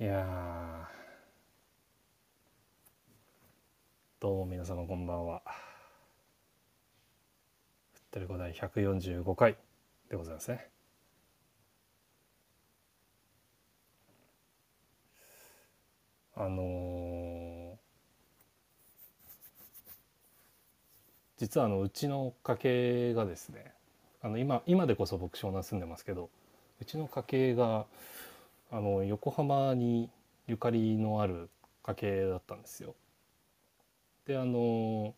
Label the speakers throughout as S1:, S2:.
S1: いやーどうも皆様こんばんは。ふってる五第145回でございますね。あのー実はあのうちの家系がですねあの今今でこそ僕湘南住んでますけどうちの家系があの横浜にゆかりのある家系だったんですよ。であの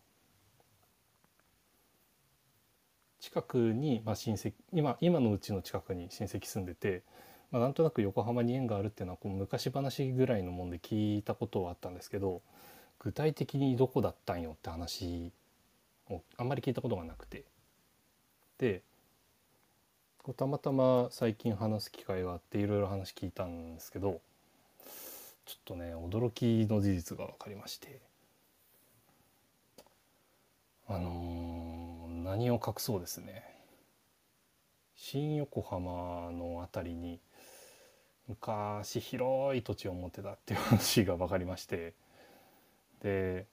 S1: 近くに、まあ、親戚今今のうちの近くに親戚住んでて、まあ、なんとなく横浜に縁があるっていうのはこう昔話ぐらいのもんで聞いたことはあったんですけど具体的にどこだったんよって話をあんまり聞いたことがなくてでこうたまたま最近話す機会があっていろいろ話聞いたんですけどちょっとね驚きの事実が分かりましてあのー何を隠そうですね新横浜の辺りに昔広い土地を持ってたっていう話が分かりましてで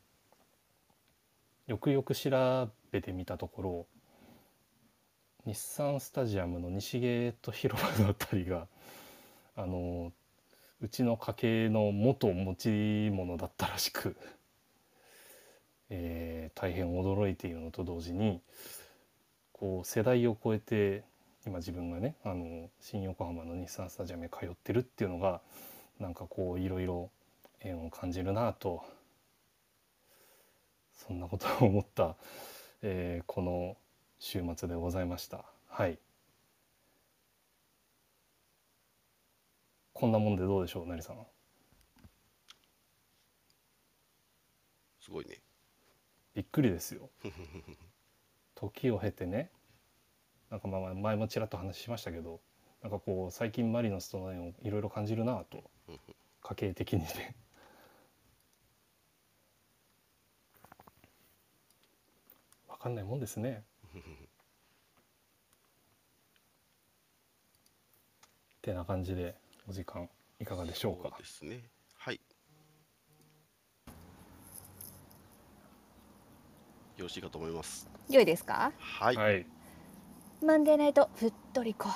S1: よくよく調べてみたところ日産スタジアムの西ゲート広場のあたりが あのうちの家系の元持ち物だったらしく、 えー大変驚いているのと同時にこう世代を超えて今自分がねあの新横浜の日産スタジアムに通ってるっていうのがなんかこういろいろ縁を感じるなぁとそんなことを思った、えーこの週末でございましたはいこんなもんでどうでしょう成さん
S2: すごいね。
S1: びっくりですよ時を経てねなんかまあまあ前もちらっと話しましたけどなんかこう最近マリノスとの縁をいろいろ感じるなぁと
S2: うんうん
S1: 家計的にねわかんないもんですねってな感じでお時間いかがでしょう
S2: そ
S1: か
S2: ですね。はい。よろしいかと思います。
S3: 良いですか
S2: はい。
S1: はい
S3: マンデーナイトふっとりこ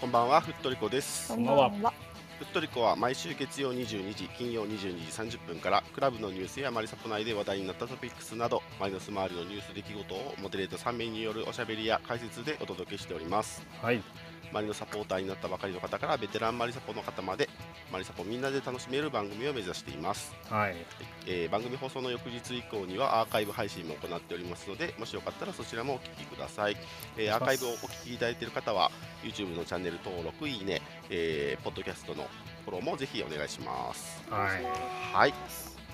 S2: こんばんは、ふっとりこです
S3: こ
S1: ん。
S3: ん
S1: ば
S3: ば
S1: ん
S3: ん
S1: は
S3: は
S2: ふっとりこは毎週月曜22時、金曜22時30分からクラブのニュースやマリサポ内で話題になったトピックスなどマリノス周りのニュース出来事をモデレーター3名によるおしゃべりや解説でお届けしております。
S1: はい
S2: マリのサポーターになったばかりの方からベテランマリサポの方までマリサポみんなで楽しめる番組を目指しています、
S1: はい
S2: はいえー番組放送の翌日以降にはアーカイブ配信も行っておりますのでもしよかったらそちらもお聞きください、えー
S1: お
S2: アー
S1: 願
S2: カ
S1: い
S2: イ
S1: し
S2: ブ
S1: ま
S2: をお
S1: す
S2: 聞きいただいている方は YouTube のチャンネル登録いいね、えーポッドキャストのフォローもぜひお願いします
S1: はい
S2: はい、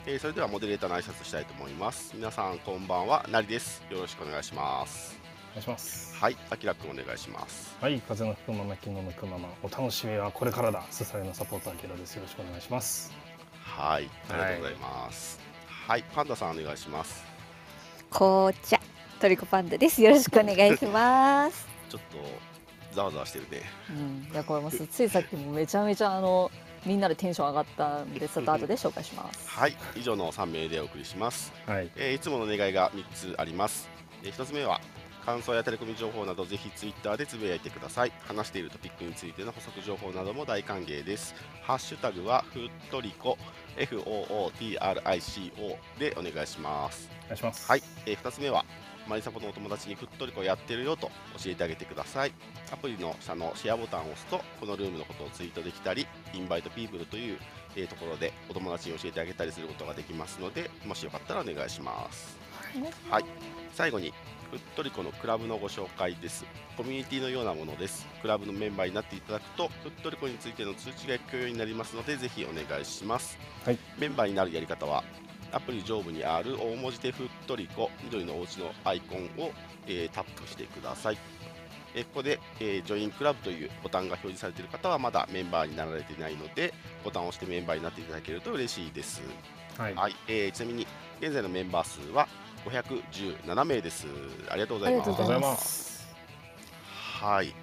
S2: えーそれではモデレーターの挨拶したいと思います皆さんこんばんはなりですよろしくお願いします
S1: お願いします
S2: はいあきらくんお願いします
S1: はい風の吹くまま昨日のくままお楽しみはこれからだすされのサポーターキラですよろしくお願いします
S2: はい、ありがとうございます。はい、パンダさんお願いします。
S3: 紅茶トリコパンダですよろしくお願いします、
S2: ちょっとざわざわしてるね。
S4: うん、いやこれもすついさっきもめちゃめちゃあのみんなでテンション上がったんでちょっと後で紹介します。。
S2: はい、以上の3名でお送りします。
S1: はい
S2: えーいつもの願いが3つあります。えー、1つ目は感想やテレコミ情報などぜひツイッターでつぶやいてください。話しているトピックについての補足情報なども大歓迎です。ハッシュタグはふっとりこ F O O T R I C O でお願いします。
S1: お願いします
S2: はい、えー、2つ目はマリサポのお友達にふっとりこやってるよと教えてあげてくださいアプリの下のシェアボタンを押すとこのルームのことをツイートできたりインバイトピープルという、えーところでお友達に教えてあげたりすることができますのでもしよかったらお願いしますはい最後にふっとりこのクラブのご紹介ですコミュニティのようなものですクラブのメンバーになっていただくとふっとりこについての通知が共有になりますのでぜひお願いします、
S1: はい
S2: メンバーになるやり方はアプリ上部にある大文字でふっとりこ緑のお家のアイコンを、えータップしてください、えーここで、えージョインクラブというボタンが表示されている方はまだメンバーになられていないのでボタンを押してメンバーになっていただけると嬉しいです、
S1: はい、
S2: はいえーちなみに現在のメンバー数は517名ですありがとうございます
S1: ありがとうございます
S2: はい。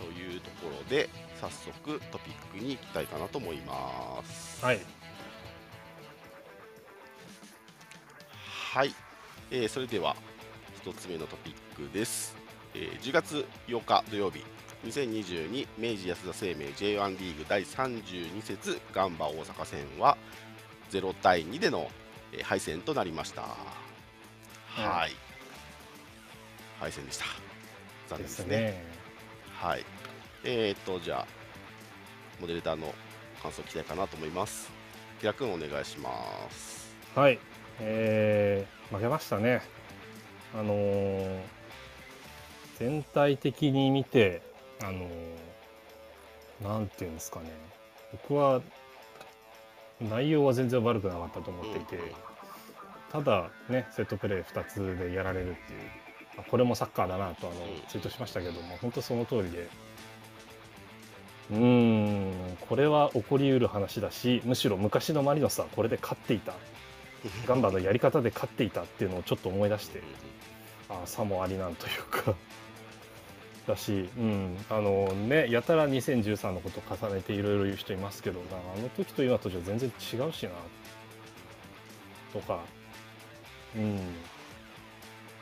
S2: というところで、早速トピックに行きたいかなと思います。
S1: はい、
S2: はい。えーそれでは、1つ目のトピックです。えー10月8日土曜日、2022明治安田生命 J1 リーグ第32節ガンバ大阪戦は、0対2での、えー敗戦となりました。はい。敗戦でした。残念
S1: で
S2: ですすね。
S1: ね。
S2: はい。えー、っと、じゃあ、モデレーターの感想を聞きたいかなと思います。平君、お願いします。
S1: はい、えー負けましたね。あのー全体的に見て、あのーなんていうんですかね、僕は内容は全然悪くなかったと思っていて、ただね、セットプレー2つでやられるっていう、まあこれもサッカーだなとあの
S2: うん
S1: ツイートしましたけども、本当その通りで。うーんこれは起こりうる話だしむしろ昔のマリノスはこれで勝っていたガンバのやり方で勝っていたっていうのをちょっと思い出してああさもありなんというか だし、うんあのね、やたら2013のことを重ねていろいろ言う人いますけどなあの時と今とじゃ全然違うしなとか、うん、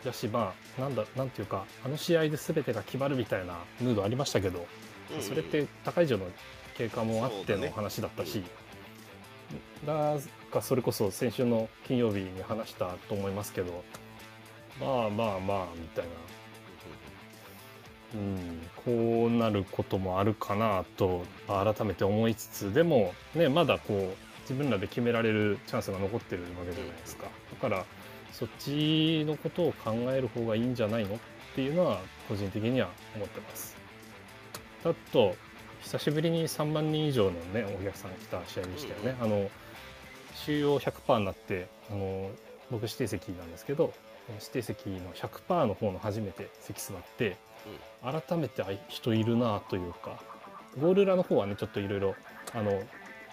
S1: だしまあなんだなんていうかあの試合で全てが決まるみたいなムードありましたけど
S2: うん
S1: それっ、て高い城の経過もあって
S2: そうだね
S1: の話だったし、なんかそれこそ先週の金曜日に話したと思いますけどまあまあまあみたいな、うん、こうなることもあるかなとまあ改めて思いつつでも、ね、まだこう自分らで決められるチャンスが残ってるわけじゃないですかだからそっちのことを考える方がいいんじゃないのっていうのは個人的には思ってます。だと久しぶりに3万人以上のねお客さんが来た試合でしたよね。あの収容100%になってあの僕指定席なんですけど指定席の100%の方の初めて席座って改めてあ人いるなというかゴール裏の方はねちょっといろいろあの、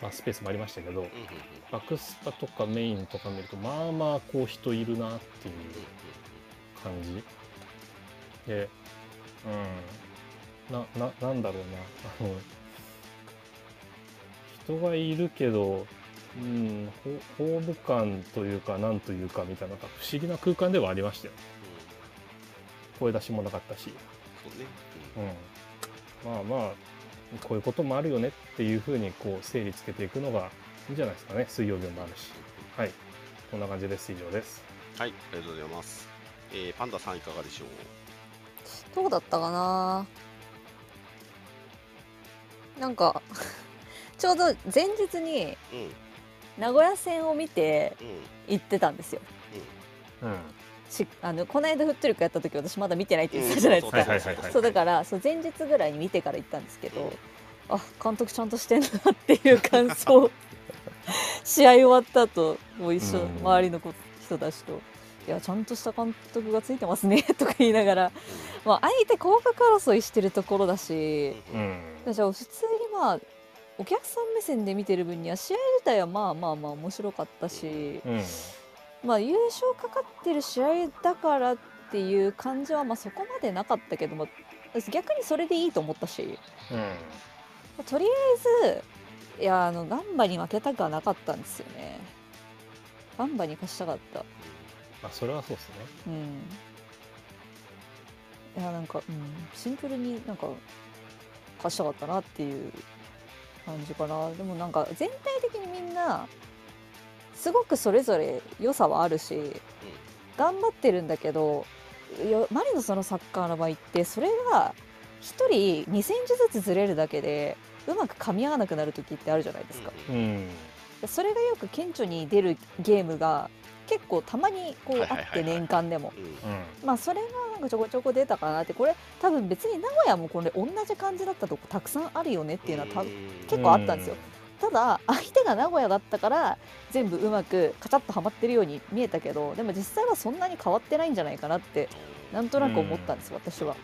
S1: まあ、スペースもありましたけど
S2: うんうんうんうんうん
S1: バックスパとかメインとか見るとまあまあこう人いるなっていう感じでうんなななんだろうなあの人がいるけど、うん、ホホーム感というかなんというかみたいななんか不思議な空間ではありましたよ声出しもなかったし、
S2: そうね。
S1: うん、まあまあこういうこともあるよねっていうふうにこう整理つけていくのがいいんじゃないですかね水曜日もあるしはいこんな感じです以上です
S2: はい、ありがとうございます。えーパンダさん、いかがでしょう
S3: どうだったかななんか ちょうど前日に
S2: うん、うん、
S3: 名古屋戦を見て
S2: うん、
S3: 行ってたんですよ
S1: うん
S3: しあのこの間フットリックやった時私まだ見てないって言
S2: う
S3: っ
S2: ん。
S3: てたじゃないですか、
S1: うんはいはいはいはい
S3: そうだからそう前日ぐらいに見てから行ったんですけど、
S2: うん
S3: あ監督ちゃんとしてんなっていう感想 試合終わった後もう一緒、
S1: うん
S3: 周りの子人たちと「いやちゃんとした監督がついてますね」 とか言いながら、まあ、相手降格争いしてるところだし
S2: う
S1: うんん
S3: じゃあ普通にまあお客さん目線で見てる分には試合自体はまあまあまあ面白かったし。
S1: うん
S3: まあ、優勝かかってる試合だからっていう感じはまあそこまでなかったけども逆にそれでいいと思ったし
S1: うん
S3: とりあえずいやあのガンバに負けたくはなかったんですよねガンバに勝ちたかった
S1: まあそれはそうですね
S3: うんいやなんか、うん、シンプルになんか勝ちたかったなっていう感じかなでもなんか全体的にみんなすごくそれぞれ良さはあるし頑張ってるんだけどよマリノスのサッカーの場合ってそれが1人2センチずつずれるだけでうまく噛み合わなくなる時ってあるじゃないですか、
S1: う
S2: うんうん
S1: ん
S3: それがよく顕著に出るゲームが結構たまにこう
S2: はい
S3: あ
S2: はいはいはい
S3: って年間でも
S2: うん
S1: うん
S3: まあそれがなんかちょこちょこ出たかなってこれ多分別に名古屋もこれ同じ感じだったとこたくさんあるよねっていうのは多分結構あったんですよただ相手が名古屋だったから全部うまくカチャッとはまってるように見えたけどでも実際はそんなに変わってないんじゃないかなってなんとなく思ったんですよ私は。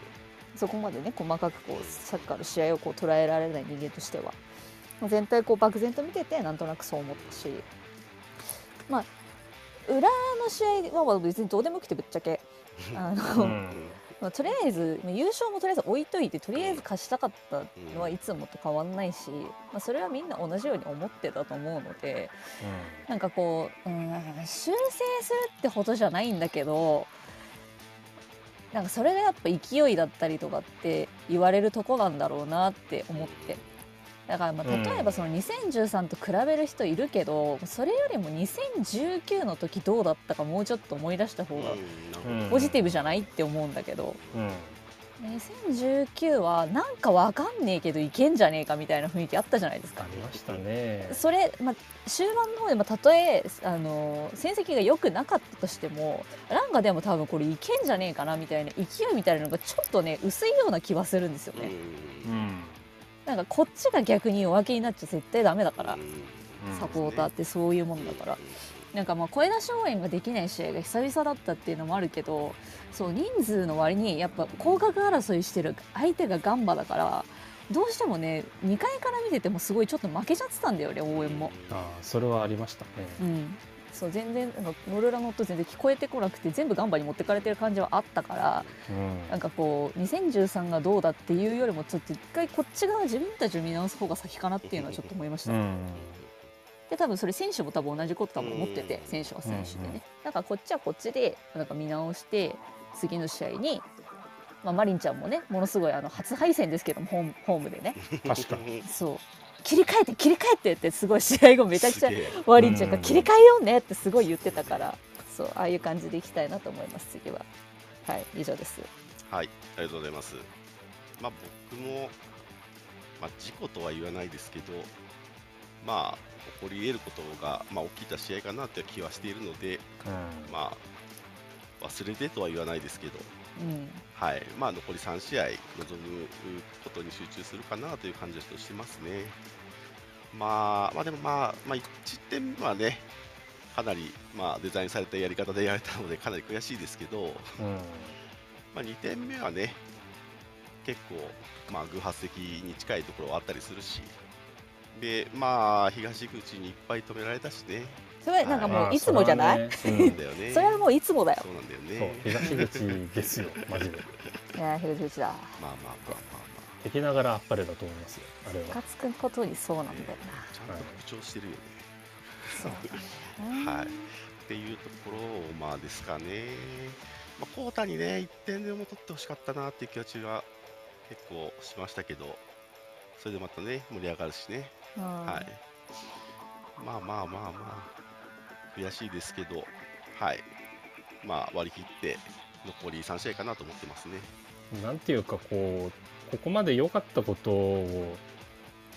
S3: そこまでね細かくこうサッカーの試合をこう捉えられない人間としては全体こう漠然と見ててなんとなくそう思ったしまあ裏の試合はまあ別にどうでもよくてぶっちゃけあの、
S1: うん
S3: まあとりあえずまあ優勝もとりあえず置いといてとりあえず勝ちたかったのはいつもと変わんないし、まあ、それはみんな同じように思ってたと思うのでなんかこう、うん、修正するってほどじゃないんだけどなんかそれがやっぱ勢いだったりとかって言われるとこなんだろうなって思ってだからまあ
S1: うん
S3: 例えばその2013と比べる人いるけどそれよりも2019の時どうだったかもうちょっと思い出した方が
S1: うん
S3: ポジティブじゃないって思うんだけど
S1: うんうん
S3: 2019はなんかわかんねえけどいけんじゃねえかみたいな雰囲気あったじゃないですか
S1: あ。りましたね
S3: それ、まあ、終盤の方でもたとえあの成績が良くなかったとしてもなんかでも多分これいけんじゃねえかなみたいな勢いみたいなのがちょっとね薄いような気はするんですよね、
S1: うん
S3: なんかこっちが逆に弱気になっちゃ絶対ダメだから、サポーターってそういうもんだから、なんかまあ声出し応援ができない試合が久々だったっていうのもあるけどそう人数の割にやっぱ降格争いしてる相手がガンバだからどうしてもね2階から見ててもすごいちょっと負けちゃってたんだよね応援も。
S1: あーそれはありましたね、
S3: うん、そう全然なんかモルラの音全然聞こえてこなくて全部ガンバに持ってかれてる感じはあったから
S1: うん
S3: なんかこう2013がどうだっていうよりもちょっと一回こっち側自分たちを見直す方が先かなっていうのはちょっと思いました、
S1: うん
S3: で多分それ選手も多分同じこと多分思ってて
S2: うん
S3: 選手は選手でね、
S1: うんうん
S3: だからこっちはこっちでなんか見直して次の試合に、まあ、マリンちゃんもねものすごいあの初敗戦ですけどもホームホームでね
S1: 確 かに
S2: に
S3: そう切り替えて切り替えてってすごい試合後めちゃくちゃワリンちゃんが
S1: うん
S3: 切り替えようねってすごい言ってたから、そうああいう感じでいきたいなと思います次ははい以上です
S2: はい、ありがとうございます。まあ、僕も、まあ、事故とは言わないですけど、まあ、起こり得ることが、まあ、起きた試合かなという気はしているので、
S1: うん
S2: まあ、忘れてとは言わないですけど、
S3: うん
S2: はい、まあ、残り3試合、臨むことに集中するかなという感じがしてますね。まあ、まあ、でも、まあ、まあ、1点はね、かなり、まあ、デザインされたやり方でやれたので、かなり悔しいですけど、
S1: うん
S2: まあ、2点目はね、結構、まあ、偶発的に近いところはあったりするし、で、まあ、東口にいっぱい止められたしね、
S3: それなんかも
S1: あ
S3: う
S1: ー
S3: いつもじゃない、
S1: それは
S2: そう
S1: ね
S2: なんだよね。
S3: それはもういつもだよ
S2: そうなんだ
S1: う
S2: よ
S1: んそう
S2: ね。
S1: 東口ですよマジで
S3: いやー広口だ
S2: まあまあまあまあま
S1: できながらあっぱれだと思いますよあれは
S3: ムカつくことにそうなんだよ
S2: あ、ちゃんと復調してるよね。
S3: な、うん
S2: はい。っていうところを、まあですかね。まあ、コータにね、1点でも取ってほしかったなっていう気持ちが結構しましたけど、それでまたね、盛り上がるしね。
S3: うん
S2: はい。まあまあまあまあ、悔しいですけど、はい。まあ割り切って、残り3試合かなと思ってますね。
S1: なんていうかこうここまで良かったことを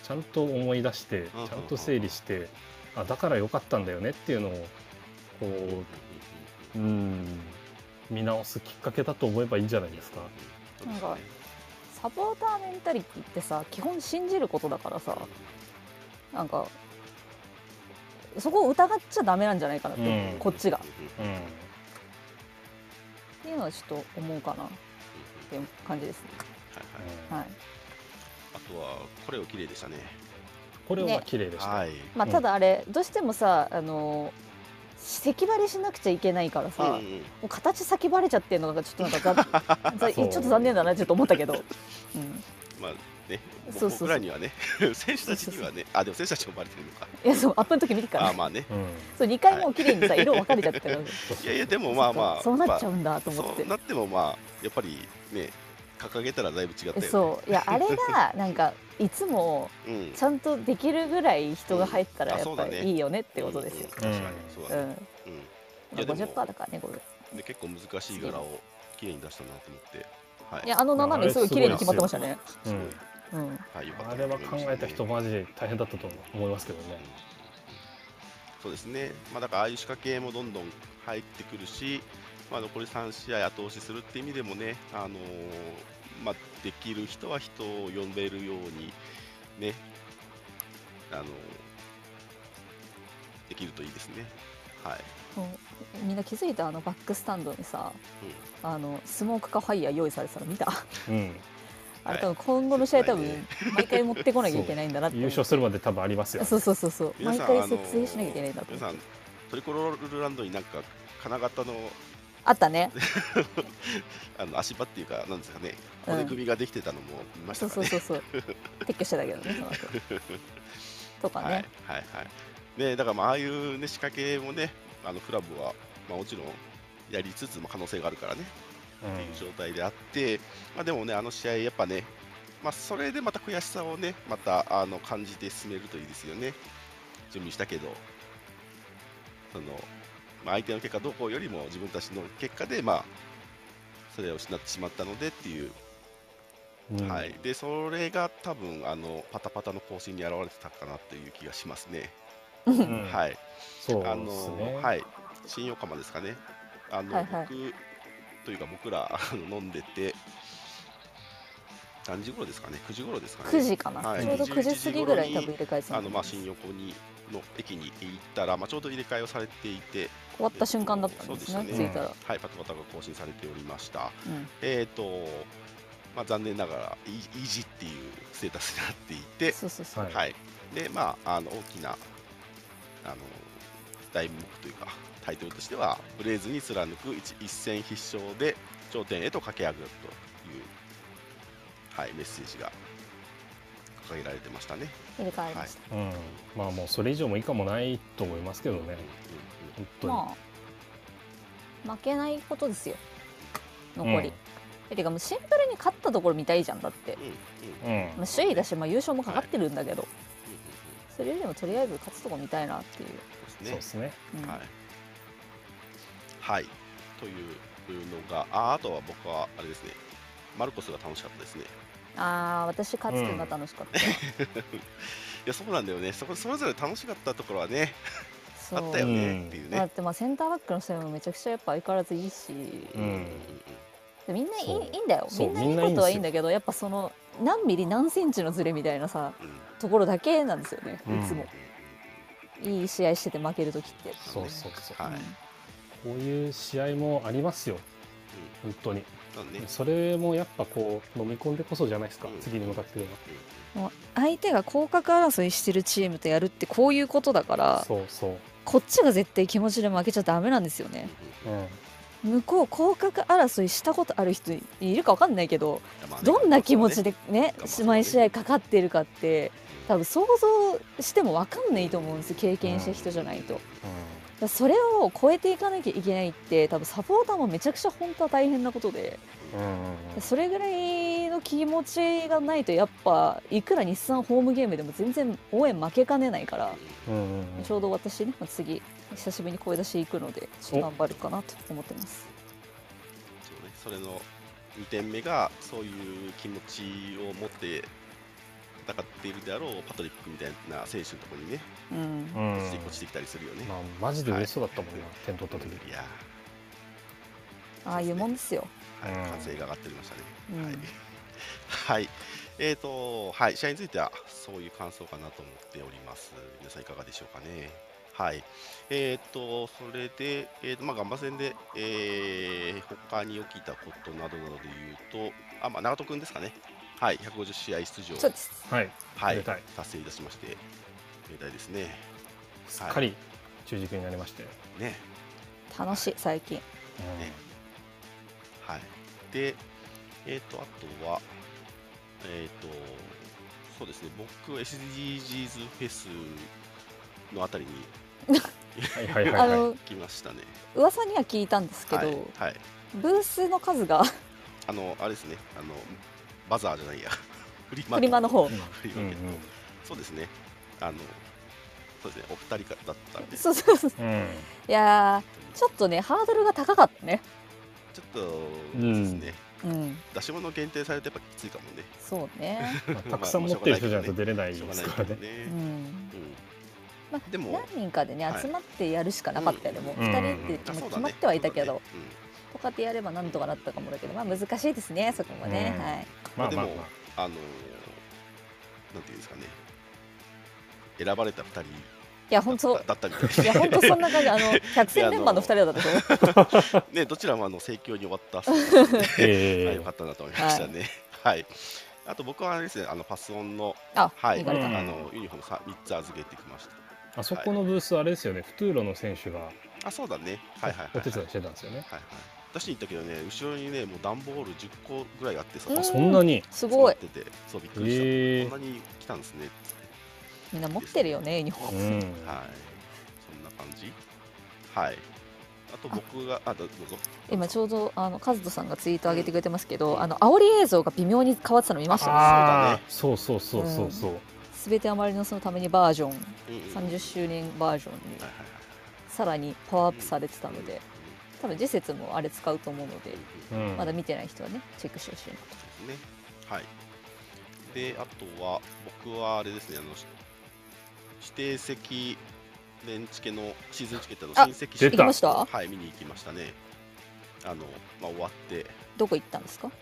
S1: ちゃんと思い出して
S2: うん
S1: ちゃんと整理してあだから良かったんだよねっていうのをこううん見直すきっかけだと思えばいいんじゃないですか。
S2: そうですね
S3: なんかサポーターメンタリティってさ基本信じることだからさなんかそこを疑っちゃダメなんじゃないかなって、
S1: うん
S3: こっちがっ
S1: うん
S3: ていうのはちょっと思うかなっていう感じですね
S2: はいは
S1: うん
S2: い
S3: はい
S2: あとは、これを綺麗でしたね。
S1: これは
S3: ね
S1: 綺麗でした。
S2: はい。
S3: まあ、
S1: うん
S3: ただあれ、どうしてもさあの先バレしなくちゃいけないからさ、
S2: うん
S3: も
S2: うん
S3: う形先バレちゃってるのがちょっとなんかざ ざちょっと残念だなちょっと思ったけど、うん、
S2: まあね、
S3: そうそうそう
S2: 僕らにはね、 選手たちにはね、あ、でも選手たちもバレてるのか。
S3: いやそうアップの時見てから、
S2: あ、まあね。
S1: うん
S3: そう2回もう綺麗にさ色分かれちゃってる
S2: いやいや、でもまあまあ、
S3: そうなっちゃ
S2: ま
S3: うんだと
S2: あ
S3: 思って
S2: そう、なってもまあ、やっぱりね、掲げたらだいぶ違ったよね。
S3: そう いやあれがなんかいつも
S2: うん。
S3: ちゃんとできるぐらい人が入ったらやっぱりいいよねっ
S2: って
S3: ことですよ。
S2: 確かに、そう
S3: う
S2: だね。う
S3: ん
S2: ん。
S3: まあ、
S2: いやでも
S3: 50%だからねこれ
S2: で結構難しい柄を綺麗に出したなと思って、はい。
S3: いやあの斜めすごい綺麗に決まってましたね。
S2: すごい
S1: うん
S3: うん
S2: はい、よかった
S1: あれは考えた人
S2: も。
S1: マジで大変だったと思いますけどね。
S2: そうですね。まあだからああいう仕掛けもどんどん入ってくるし、まあ残り3試合後押しするって意味でもね、あのーまあできる人は人を呼べるようにね、あのーできるといいですね。はい、
S4: もうみんな気づいたあのバックスタンドにさ
S2: うん
S4: あのスモークかファイヤー用意されてたの見た
S1: うん、
S4: あれ
S2: はい
S4: 多分今後の試合多分
S2: 絶
S4: 毎回持ってこなきゃいけないんだなって
S1: 優
S4: 思う
S1: 勝するまで多分ありますよ。
S4: そうそうそうそう
S2: 皆
S4: 毎
S2: さん
S4: 回
S2: あの
S4: 設営しなきゃいけないんだと
S2: 皆
S4: 思
S2: さ
S4: うん
S2: トリコロールランドになんか金型の
S4: あった ね
S2: あの足場っていうかなんですかね
S4: うん
S2: 骨組みができてたのも見まし
S4: そ
S2: た
S4: う
S2: か
S4: そう
S2: ね、
S4: そうそう撤去してたけどねそ の後とか
S2: はいはい
S4: ね、
S2: はいねだからまあああいうね仕掛けもねあのクラブはまあもちろんやりつつも可能性があるからね
S1: う
S2: っていう状態であって、まあ、でもね、あの試合、やっぱね、まあ、それでまた悔しさをね、またあの感じて進めるといいですよね、準備したけど、そのまあ、相手の結果どうこうよりも、自分たちの結果で、まあ、それを失ってしまったのでっていう、
S1: んうん
S2: はい、でそれが多分あのパタパタの更新に現れてたかなという気がしますね。
S1: うん
S2: はい
S1: そう
S2: あ
S1: です
S2: の
S1: ね。
S2: はい、新横浜ですかね。あの、
S4: はいはい
S2: 僕というか僕ら あの飲んでて何時頃ですかね、9時頃ですかね。
S4: 9時かな、
S2: はい
S4: ちょうど9時過ぎぐらい
S2: 11
S4: 多分入れ替えてたと
S2: あの
S4: 思い
S2: まあ
S4: ます
S2: 新横にの駅に行ったらまあちょうど入れ替えをされていて、
S4: 終わった瞬間だったんですね
S2: そうです
S1: ね
S4: 着いたら、
S2: はいパタパタが更新されておりました。
S4: うん
S2: えっ、とまあ残念ながらい維持っていうステータスになっていて、
S4: そうそうそう、
S1: はい
S2: はい、でまああの大きなあの題目というかタイトルとしては「ブレイズに貫く一一戦必勝で頂点へと駆け上がる」という、はい、メッセージが掲げられてましたね。
S4: 入れ替えました、
S1: うん、まあもうそれ以上も以下もないと思いますけどね。本当に。
S4: まあ負けないことですよ残り、えてかもうシンプルに勝ったところ見たいじゃんだって
S2: うん、うんうん
S1: うん。うん。
S4: まあ、首位だし、まあ、優勝もかかってるんだけど、それよりもとりあえず勝つとこ見たいなっていう、
S2: うんうんうんそうです
S1: そ
S2: ね
S1: うですね。
S4: うん
S2: はい、はい、というのがああとは僕はあれですねマルコスが楽しかったですね。
S4: ああ私勝つくんが楽しかった、
S2: いやそうなんだよねそこそれぞれ楽しかったところはねあ
S4: そう
S2: ったよねっていうね。
S4: だってまあセンターバックの攻めもめちゃくちゃやっぱ相変わらずいいし、
S1: う
S2: うんうん
S1: ん。
S4: でみんないい
S1: そう
S4: いいんだよ
S1: そ
S4: み
S1: うん
S4: ないい
S1: みんないい
S4: こ
S1: んです
S4: と
S1: よ
S4: はいいんだけどやっぱその何ミリ何センチのズレみたいなさ
S2: うんうん
S4: ところだけなんですよね、
S1: うん
S4: いつもいい試合してて負ける時って、
S1: そうそうそう。
S2: はい、
S1: こういう試合もありますよ。本当に。
S2: そうね。
S1: それもやっぱこう飲み込んでこそじゃないですか
S2: うん。
S1: 次に向かってるの
S3: もう相手が降格争いしてるチームとやるってこういうことだか
S1: は。
S3: ら
S1: そうそう。
S3: こっちが絶対気持ちで負けちゃダメなんですよね
S1: うん。
S3: 向こう降格争いしたことある人いるか分かんないけど
S2: まあね
S3: どんな気持ちで
S2: 頑
S3: ね
S2: 張ってね
S3: 毎試合かかってるかって
S2: うん
S3: 多分想像しても分かんないと思うんですよ経験した人じゃないとだか
S1: う
S3: らそれを超えていかなきゃいけないって多分サポーターもめちゃくちゃ本当は大変なことで
S1: ん。うんうんうん。
S3: それぐらいの気持ちがないとやっぱいくら日産ホームゲームでも全然応援負けかねないから
S1: うんうんうん
S3: ちょうど私ね、まあ次久しぶりに声出し行くのでちょっと頑張るかなと思ってます
S2: そうねそれの2点目がそういう気持ちを持って戦っているであろうパトリックみたいな選手のところにね
S3: うん
S1: うん
S2: 落ちて落ちてきたりするよね。
S1: まあマジで嬉しそうだったもんな。点取った時。
S2: いや
S3: ああいうもんですよ
S2: ー、はい
S1: うん
S2: 歓声が上がっておりましたね。
S3: うん
S2: はい。はい。えーとはい、試合についてはそういう感想かなと思っております。皆さんいかがでしょうかね。はい。えーとそれでえーとまあガンバ戦で、えー、他に起きたことなどなどで言うと、あまあ長戸くんですかね。はい、150試合出場
S4: そうです
S1: はい。
S2: はい
S1: めでたい
S2: 達成いたしまして、めでたいですね。
S1: すっかり中軸になりまして。
S2: ね。
S4: 楽しい最近
S1: うん
S2: ねはい、で、えー、とあとは、えー、とそうですね僕 SDGs フェスのあたりに
S1: はいはいは
S4: あ
S1: いはい。
S4: の
S2: 来ましたね。
S4: 噂には聞いたんですけど、
S2: はい、はい、
S4: ブースの数 が
S2: あのあれですねあのバザーじゃないや フリマ
S4: フリマの方
S2: フリ
S1: う
S2: マ
S1: ん
S2: のそうですねあのそうですねお二人だったんで
S4: そうそうそう
S1: うんうん。
S4: いやーちょっとねハードルが高かったね
S2: ちょっと、
S1: うん
S2: そうですね
S4: うん
S2: 出し物限定されてやっぱきついかもね。
S4: そうね
S1: まあたくさん持ってる人じゃないと出れない
S2: しょう
S1: で
S2: がな
S1: す
S2: い
S1: か
S2: からら
S1: ね。
S4: う
S2: ね。
S4: ん
S2: うん
S4: ま
S2: でも
S4: 何人かでね
S2: はい
S4: 集まってやるしかなかったよね、
S2: うん
S4: もう
S1: うん
S4: 2人って
S2: あそうだ
S4: 決
S2: ね
S4: まってはいたけど、
S2: そうだねうん
S4: とかでやればなんとかなったかもだけどまあ難しいですねそこもね、
S1: うん
S4: はい
S1: まあまあま
S2: でもあのーなんていうんですかね選ばれた2人
S3: いや本当
S2: だったみたい
S3: いや本当そんな感じあの百戦錬磨の二人だったでしょ
S2: ね、どちらもあの盛況に終わったそうなので、
S1: え
S2: はいよかったなと思いましたね。はい、あと僕はあれですね、あのパスオンの、
S3: あ
S2: はい、
S3: 逃がれた
S1: うん
S2: あのユニフォームさ三つ預けてきまし
S1: あそこのブースあれですよね、フトゥーロの選手が
S2: た。あ、そうだね。はいはいはい、
S1: お
S2: は
S1: 手
S2: い。
S1: 伝いしてたんですよね。
S2: はいはい。私に言ったけどね、後ろにね、もう段ボール10個ぐらいあってさ、
S3: うん
S1: あそんなに、
S3: すごい
S2: 詰まってて、そうびっくりした。
S1: え
S2: こんなに来たんですね。
S3: みんな持ってるよねユニフォー
S1: ーう
S3: ム
S1: ん、
S2: はい。そんな感じ。はい。あと僕があどどうぞ。
S3: 今ちょうどあのカズトさんがツイート上げてくれてますけど、
S2: うん
S3: あの煽り映像が微妙に変わってたの見ました
S1: あ
S2: そうだね
S1: ーそうそうそうそうそう、
S3: すべてあまりのそのためにバージョン
S2: うんうん
S3: 30周年バージョンに
S2: はいはいはい
S3: さらにパワーアップされてたので多分次節もあれ使うと思うので
S1: うん
S3: まだ見てない人はねチェックしてほしいな
S2: そうですね。はい。で、あとは、僕はあれですね、あの、し指定席連チケの、シーズンチケットの
S3: あ
S2: 新席
S1: 出
S3: 行き
S1: た
S3: ました
S2: はい、見に行きましたね。あの、まあ、終わって、ど
S3: どこ行ったんですか
S2: こ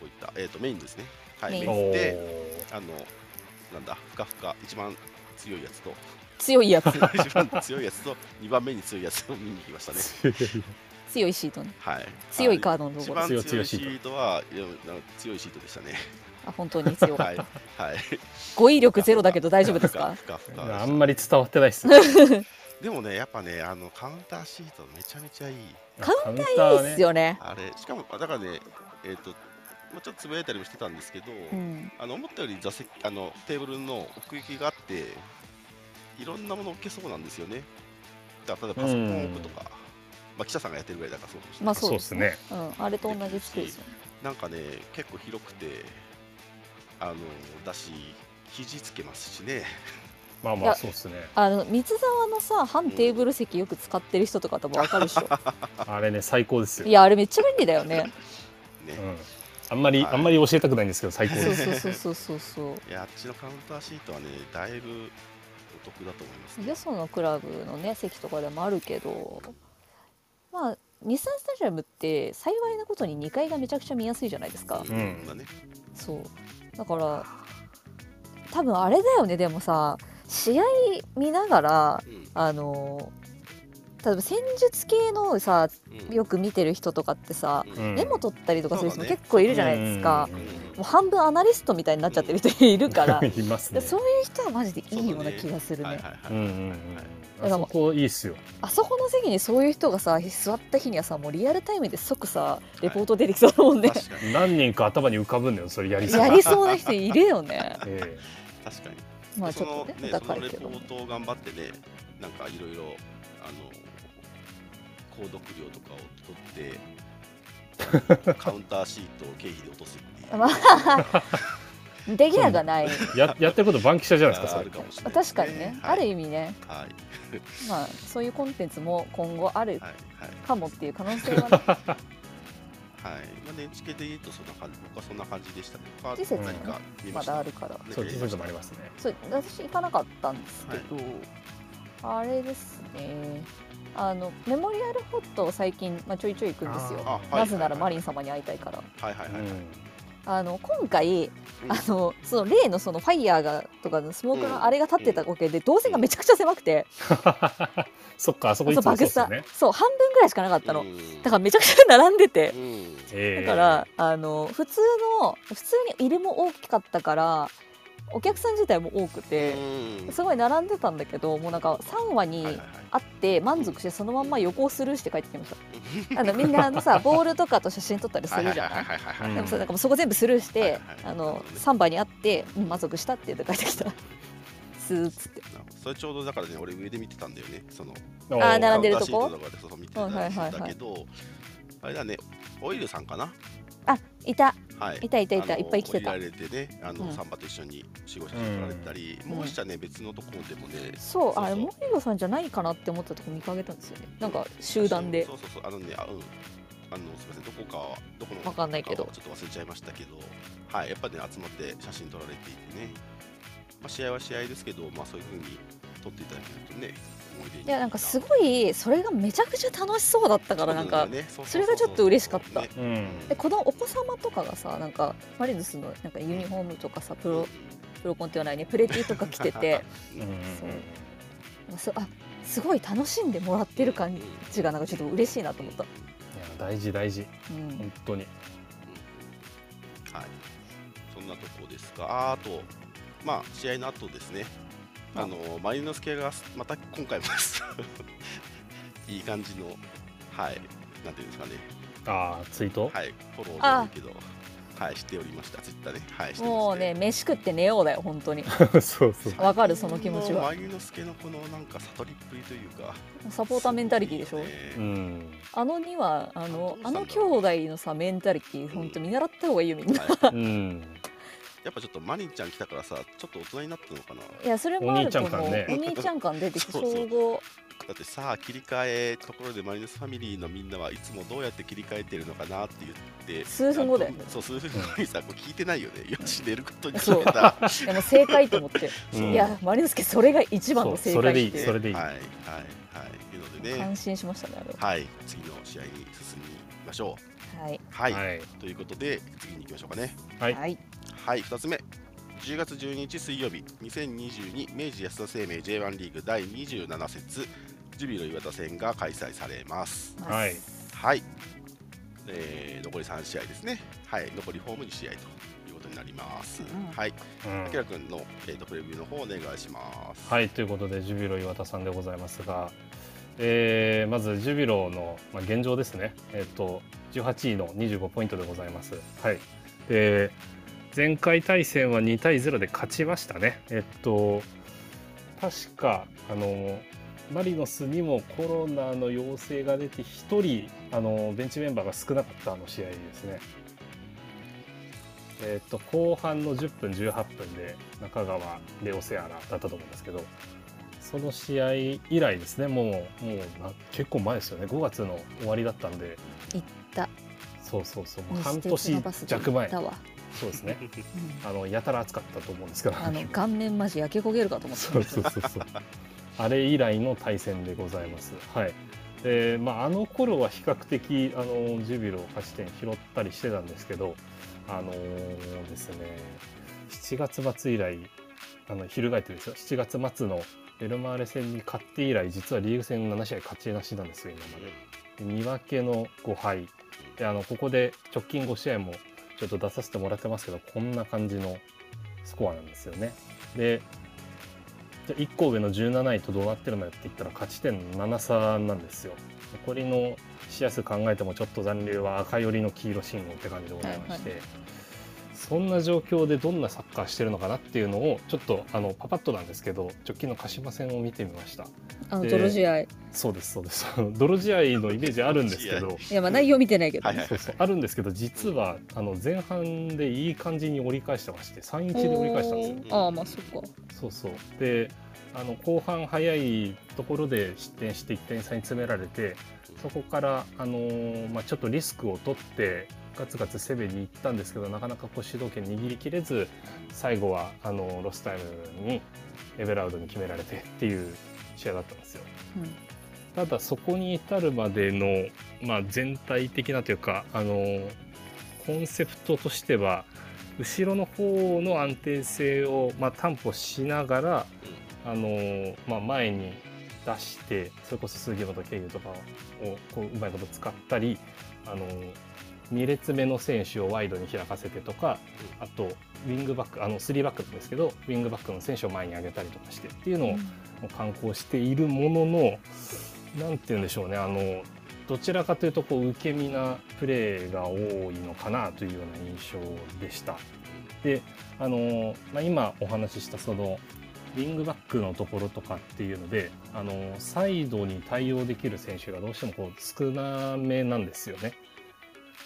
S2: 行ったえっ、と、メインですね。はい、メ
S3: メ
S2: イ
S3: イ
S2: ン
S1: お
S2: 行
S3: ン
S2: って、
S1: ー
S2: あの、なんだ、ふかふか、一番強いやつと、
S3: 強いや つ
S2: 一番強いやつと、二番目に強いやつを見に行きましたね。
S3: 強いシートね
S2: はい。
S3: 強いカ
S2: あ
S3: ードの
S2: の
S3: と
S2: 一
S3: ころ
S2: 番強
S1: 強
S2: い
S1: い
S2: シ
S1: 強いシート
S2: ートは、いやなんか強いシートでした ね。
S3: あ本当に強い
S2: はい。はい。
S3: 語彙力ゼロだけど大丈夫です か
S2: ふかふか
S1: あんまり伝わってないっすね。
S2: でもね、やっぱね、あのカウンターシートめちゃめちゃいい。
S3: カ
S1: ウン
S3: いいっす
S1: よ。
S3: よね
S2: あれ、しかも、あだからね、えっ、と、まあ、ちょっとつぶやいたりもしてたんですけど、
S3: うん
S2: あの思ったより座席、あのテーブルの奥行きがあって、いろんなもの置けそうなんですよね。だから例えばパソコン置くとか、まあ、記者さんがやってるぐらいだからそうかもしれない
S3: まあ
S2: け
S1: そうですね。
S3: うんあれと同じ作りですよね
S2: ど、なんかね、結構広くて、あのだし、肘つけますしね。
S1: まあ
S3: い
S1: まあ
S3: や
S1: そうですね。
S3: あの三沢のさ半テーブル席よく使ってる人とか多分わかるでしょ
S1: あれね最高ですよ。
S3: いやあれめっちゃ便利だよね
S2: ね
S1: うん。あんまり
S2: はい
S1: あんまり教えたくないんですけど最高
S3: そう
S1: です。
S3: そうそうそうそうそ
S2: いや、あっちのカウンターシートはね、だいぶお得だと思います、
S3: う
S2: ね。
S3: よそのクラブのね席とかでもあるけどまあ日産スタジアムって幸いなことに2階がめちゃくちゃ見やすいじゃないですか
S1: うん
S2: だね。
S3: そうだから多分あれだよねでもさ試合見ながら
S2: うん
S3: あの例えば戦術系のさ
S2: うん
S3: よく見てる人とかってさ
S2: う
S1: うん
S2: ん
S3: メモ取ったりとかする人も
S2: そうだね
S3: 結構いるじゃないですか、
S1: うん
S3: もう半分アナリストみたいになっちゃってる人いる から、
S1: いますね。
S3: そういう人はマジでいいような気がするね
S2: はいはいはい。
S1: うんうんうん
S2: はい。
S1: あそこいいっすよ。
S3: あそこの席にそういう人がさ座った日にはさもうリアルタイムで即さレポート出てきそうだもんね、
S2: 確かに
S1: 何人か頭に浮かぶんだよそれやりそうな。
S3: やりそうな人いる よね
S1: え
S2: 確かに。
S3: まあち
S2: そ
S3: ょっ
S2: の
S3: とね
S2: ねそ
S3: 高
S2: の
S3: い
S2: レ
S3: け
S2: ポ
S3: ど
S2: ートを頑張ってね、なんかいろいろあの購読料とかを 取って、カウンターシートを経費で落とすっていう。
S3: まできなくはない
S1: えややってることバンキシャじゃないですかそ
S2: あ
S1: れ
S2: ある。かもしれないです
S3: 確かにね、
S2: はい
S3: ある意味ね
S2: はい
S3: まあそういうコンテンツも今後あ
S2: は
S3: る
S2: いはい
S3: かもっていう可能性は
S2: は
S3: ね
S2: い。まあ年付けで言うとそんな感じ。僕はそんな感じでしたね。他
S3: 次節
S2: 何か見ま
S3: ま
S2: した
S3: だあるから
S2: ね
S1: そう実際もありますね。
S3: そう私行かなかったんですけど、あれですねあのメモリアルホットを最近、まあ、ちょいちょい行くんですよ
S2: あはい
S3: なぜならマリン
S2: はい
S3: 様に会いたいから
S2: はいはいはいはい。
S3: あの今回
S2: うん
S3: あのその例のそのファイヤーがとかのスモーク
S2: うん
S3: のあれが立ってたおけで動線がめちゃくちゃ狭くて、
S1: そっかあそこ
S3: そう
S1: いつもそう
S3: 爆
S1: で
S3: ス
S1: すよ
S3: タ
S1: ね。
S3: そう半分ぐらいしかなかったの、
S2: うん
S3: だからめちゃくちゃ並んでて
S2: う、ん
S1: え
S3: だ
S1: え
S3: からあの普通の普通に入りも大きかったからお客さん自体も多くて、
S2: うん
S3: すごい並んでたんだけどもうなんか3話
S2: は
S3: に、
S2: いはいはい
S3: あって満足してそのまんま横をスルーして帰ってき ましたあのみんなあのさボールとかと写真撮ったりするじゃ
S2: は
S3: ないい
S2: はいはいはいはい
S1: うん
S3: でもさなんかもうそこ全部スルーし
S2: はいは
S3: て
S2: い
S3: あ
S2: なる
S3: の
S2: ほどね
S3: 3番にあってうん満足したって言って帰ってきた スーッつって
S2: それちょうどだからね俺上で見てたんだよねその
S1: おー
S3: あー並んでるとこ
S2: カウンターシートとかでそうそう見てたんだけど、あれだねオイルさんかな
S3: あいた
S2: はい
S3: いたいたいた
S2: あの
S3: いっぱい来てた
S2: 追いられてねあの、
S3: うん
S2: サンバと一緒に集合写真撮られたり、
S3: うん
S2: もう一社ね別のところでもね
S3: そうあ
S2: そうそ
S3: れ
S2: う
S3: モリロさんじゃないかなって思ったとこ見かけたんですよねなんか集団で
S2: そうそうそうあのねあうんあのすみませんどこかはどこの
S3: わかんないけど
S2: ちょっと忘れちゃいましたけどはいやっぱね集まって写真撮られていてねまあ試合は試合ですけどまあそういう風に撮っていただけるとね思い出に
S3: いやなんかす
S2: い
S3: ごいそれがめちゃくちゃ楽しそうだったからなんかそれがちょっと嬉しかった
S2: ね、
S1: うん
S3: でこのお子様とかがさなんかマリノスのなんかユ ニフォームとかさプロプロコンって言わないねプレティとか着てて
S2: うん
S1: うんうんうん
S3: そうすあすごい楽しんでもらってる感じがなんかちょっと嬉しいなと思った、
S1: いや大事大事
S3: うん、
S1: 本当に
S2: はい、そんなとこですが、ああと、まあ、試合の後ですね、
S3: あ
S2: あのマリノス系がまた今回も いい感じの、はい、なんていうんですかね、
S1: ああツイート、
S2: はい、フォローじゃないけど、はい、しておりました、ツイッターね、はい、してま
S3: もうね飯食って寝ようだよ本当に
S1: そうそう
S3: わかるその気持ちは
S2: マリノス系のこのなんか悟りっぷりというか、
S3: サポーターメンタリティでし
S2: す
S3: ょ
S2: ごいです
S1: う
S2: ね
S1: ん
S3: あのにはあのあ
S2: あど
S3: の
S2: うしたん
S3: 兄
S2: だろう
S3: 弟のさメンタリティ本当見習った方がいいよみんな
S2: は い
S1: うん
S2: やっぱちょっとマリンちゃん来たからさ、ちょっと大人になったのかな。
S3: いやそれもあると思う
S1: お兄ちゃん感ね
S3: お兄ちゃん感出てきて
S2: そうそう
S3: 小五
S2: だってさあ切り替えところでマリノスファミリーのみんなはいつもどうやって切り替えてるのかなって言って
S3: 数分後だよね
S2: あのそう数分後にさこれ聞いてないよねよし寝ることに決
S3: そう
S2: めた
S3: でも正解と思 って、
S1: うん
S3: いやマリノスケそれが一番の
S1: そ
S3: 正
S1: うそ
S3: 解
S1: れ
S3: っ
S1: で
S3: て
S1: いい
S3: いう
S1: それでいい
S2: はいはいはいっていうのでね
S3: 感心しましたねあれは
S2: はい次の試合に進みましょう
S3: はい
S2: はい、
S1: はい
S2: ということで次に行きましょうかね
S1: はい
S3: はい
S2: はい2つ目10月12日水曜日2022明治安田生命 J1 リーグ第27節ジュビロ磐田戦が開催されます
S1: はい
S2: はい、えー残り3試合ですね、はい、残りホーム2試合ということになります。
S3: うん
S2: はい、
S1: うん
S2: あきらくんの、えー、とプレビューの方お願いします。
S1: はい、ということで、ジュビロ岩田さんでございますが、えーまずジュビロの、まあ、現状ですね、えっと18位の25ポイントでございます。はい、で前回対戦は2対0で勝ちましたね。えっと確かあのマリノスにもコロナの陽性が出て1人あのベンチメンバーが少なかったあの試合ですね。えっと後半の10分18分で中川レオセアラだったと思うんですけどその試合以来ですねもうもうな結構前ですよね5月の終わりだったんで
S3: 行った
S1: そうそうそうもう半
S3: 西鉄の
S1: 年
S3: バスで
S1: 弱
S3: 行っ
S1: 前
S3: たわ、
S1: そうですね
S3: うん
S1: あのやたら暑かったと思うんですけど
S3: あの顔面マジ焼け焦げるかと思った
S1: そうそうそうそうあれ以来の対戦でございますはいでまああの頃は比較的あのジュビロ勝ち点拾ったりしてたんですけどあのーですね7月末以来あの翻ってですよ7月末のベルマーレ戦に勝って以来実はリーグ戦7試合勝ちなしなんですよ今までで2分けの5敗であのここで直近5試合もちょっと出させてもらってますけどこんな感じのスコアなんですよね。でじゃあ1個上の17位とどうなってるのよって言ったら勝ち点7差なんですよ。残りの試合数考えてもちょっと残留は赤寄りの黄色信号って感じでございまして、そんな状況でどんなサッカーしてるのかなっていうのをちょっとあのパパッとなんですけど直近の鹿島戦を見てみました。
S3: あの
S1: で
S3: 泥試合い
S1: そうですそうです。あの泥試合のイメージあるんです けど。
S3: やまあ内容見てないけど、
S2: はいはい
S1: そうそうあるんですけど実はあの前半でいい感じに折り返してまして3 1で折り返したんですよ。
S3: おーああまあそっか
S1: そうそうであの後半早いところで失点して1点差に詰められてそこから、あのーまあ、ちょっとリスクを取ってガツガツ攻めに行ったんですけどなかなかこう主導権握りきれず最後はあのロスタイムにエベラウドに決められてっていう試合だったんですよ。ただそこに至るまでの、まあ、全体的なというかあのコンセプトとしては後ろの方の安定性を、まあ、担保しながらあの、まあ、前に出してそれこそ杉本経由とかをこううまいこと使ったりあの2列目の選手をワイドに開かせてとかあとウィングバックあの3バックなんですけどウィングバックの選手を前に上げたりとかしてっていうのを観光しているものの何て言うんでしょうねあのどちらかというとこう受け身なプレーが多いのかなというような印象でした。であの、まあ、今お話ししたそのウィングバックのところとかっていうのであのサイドに対応できる選手がどうしてもこう少なめなんですよね。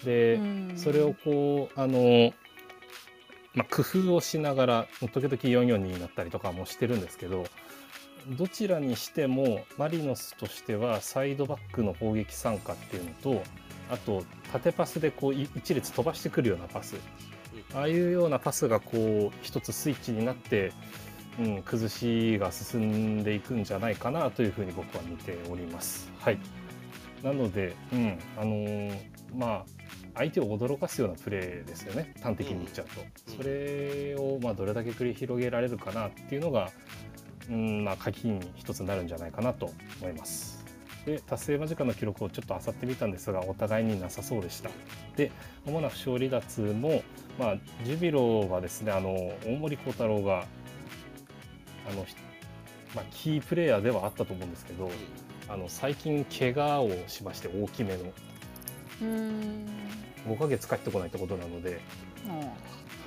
S1: で、
S3: うん
S1: それをこうあの、まあ、工夫をしながら時々442になったりとかもしてるんですけどどちらにしてもマリノスとしてはサイドバックの攻撃参加っていうのとあと縦パスでこうい一列飛ばしてくるようなパスああいうようなパスがこう一つスイッチになって、うん、崩しが進んでいくんじゃないかなというふうに僕は見ております。はい、なので、うんあのーまあ相手を驚かすようなプレーですよね端的に言っちゃうと、
S2: うん
S1: それをまあどれだけ繰り広げられるかなっていうのが、うんまあ、鍵に一つになるんじゃないかなと思います。で達成間近の記録をちょっと漁ってみたんですがお互いになさそうでした。で主な負傷離脱も、まあ、ジュビロはですねあの大森幸太郎があの、ひまあ、キープレーヤーではあったと思うんですけどあの最近怪我をしまして大きめの
S3: うーん
S1: 5ヶ月帰ってこないってことなので、
S3: も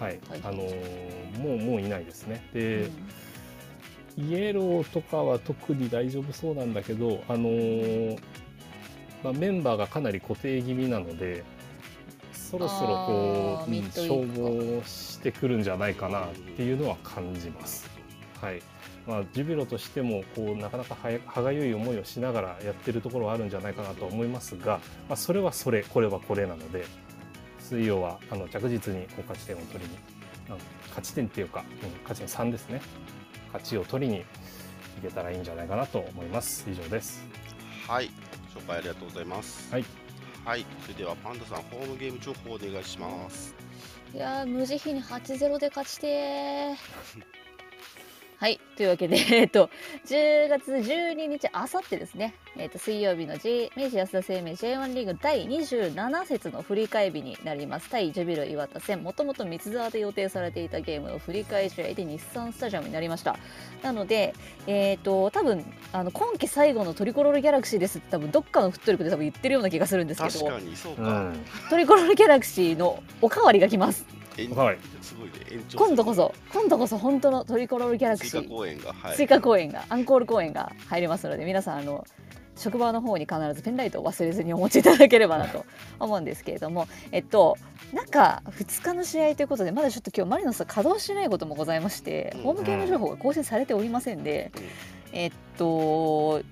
S1: はい
S3: 大変
S1: あのーもうもういないですね。で、イエローとかは特に大丈夫そうなんだけど、あのーまあ、メンバーがかなり固定気味なのでそろそろこう、
S3: あー
S1: うん
S3: ミッドウ
S1: 消
S3: ィークか
S1: 耗してくるんじゃないかなっていうのは感じます。はいまあ、ジュビロとしてもこうなかなかはや歯がゆい思いをしながらやってるところはあるんじゃないかなと思いますが、まあ、それはそれこれはこれなので水曜はあの着実にこう勝ち点を取りにあの勝ち点っていうか、うん、勝ち点3ですね勝ちを取りにいけたらいいんじゃないかなと思います以上です
S2: はい紹介ありがとうございます
S1: はい、
S2: はい、それではパンダさんホームゲーム情報お願いします
S3: うんいやー無慈悲に8-0で勝ちて ーはいというわけで えっと10月12日あさってですね、えっと水曜日の、J、明治安田生命 J1 リーグ第27節の振り替え日になります対ジュビロ磐田戦もともと三沢で予定されていたゲームの振り替え試合で日産スタジアムになりましたなのでえっ、と多分あの今季最後のトリコロールギャラクシーですって多分どっかのフットリックで多分言ってるような気がするんですけど
S2: 確かにそう
S1: うん、
S2: か、
S3: トリコロールギャラクシーのおかわりが来ます
S2: えん
S1: はい
S2: すごいね延長戦
S3: 今度こそ今度こそ本当のトリコロールギャラク
S2: 追
S3: シー
S2: 加公演がはい
S3: 追加公演がアンコール公演が入りますので皆さんあの職場の方に必ずペンライトを忘れずにお持ちいただければなと思うんですけれどもえっと中2日の試合ということでまだちょっと今日マリノスは稼働してないこともございまして、
S2: うん
S3: ホームゲーム情報が更新されておりませんで、
S2: うん
S3: えっと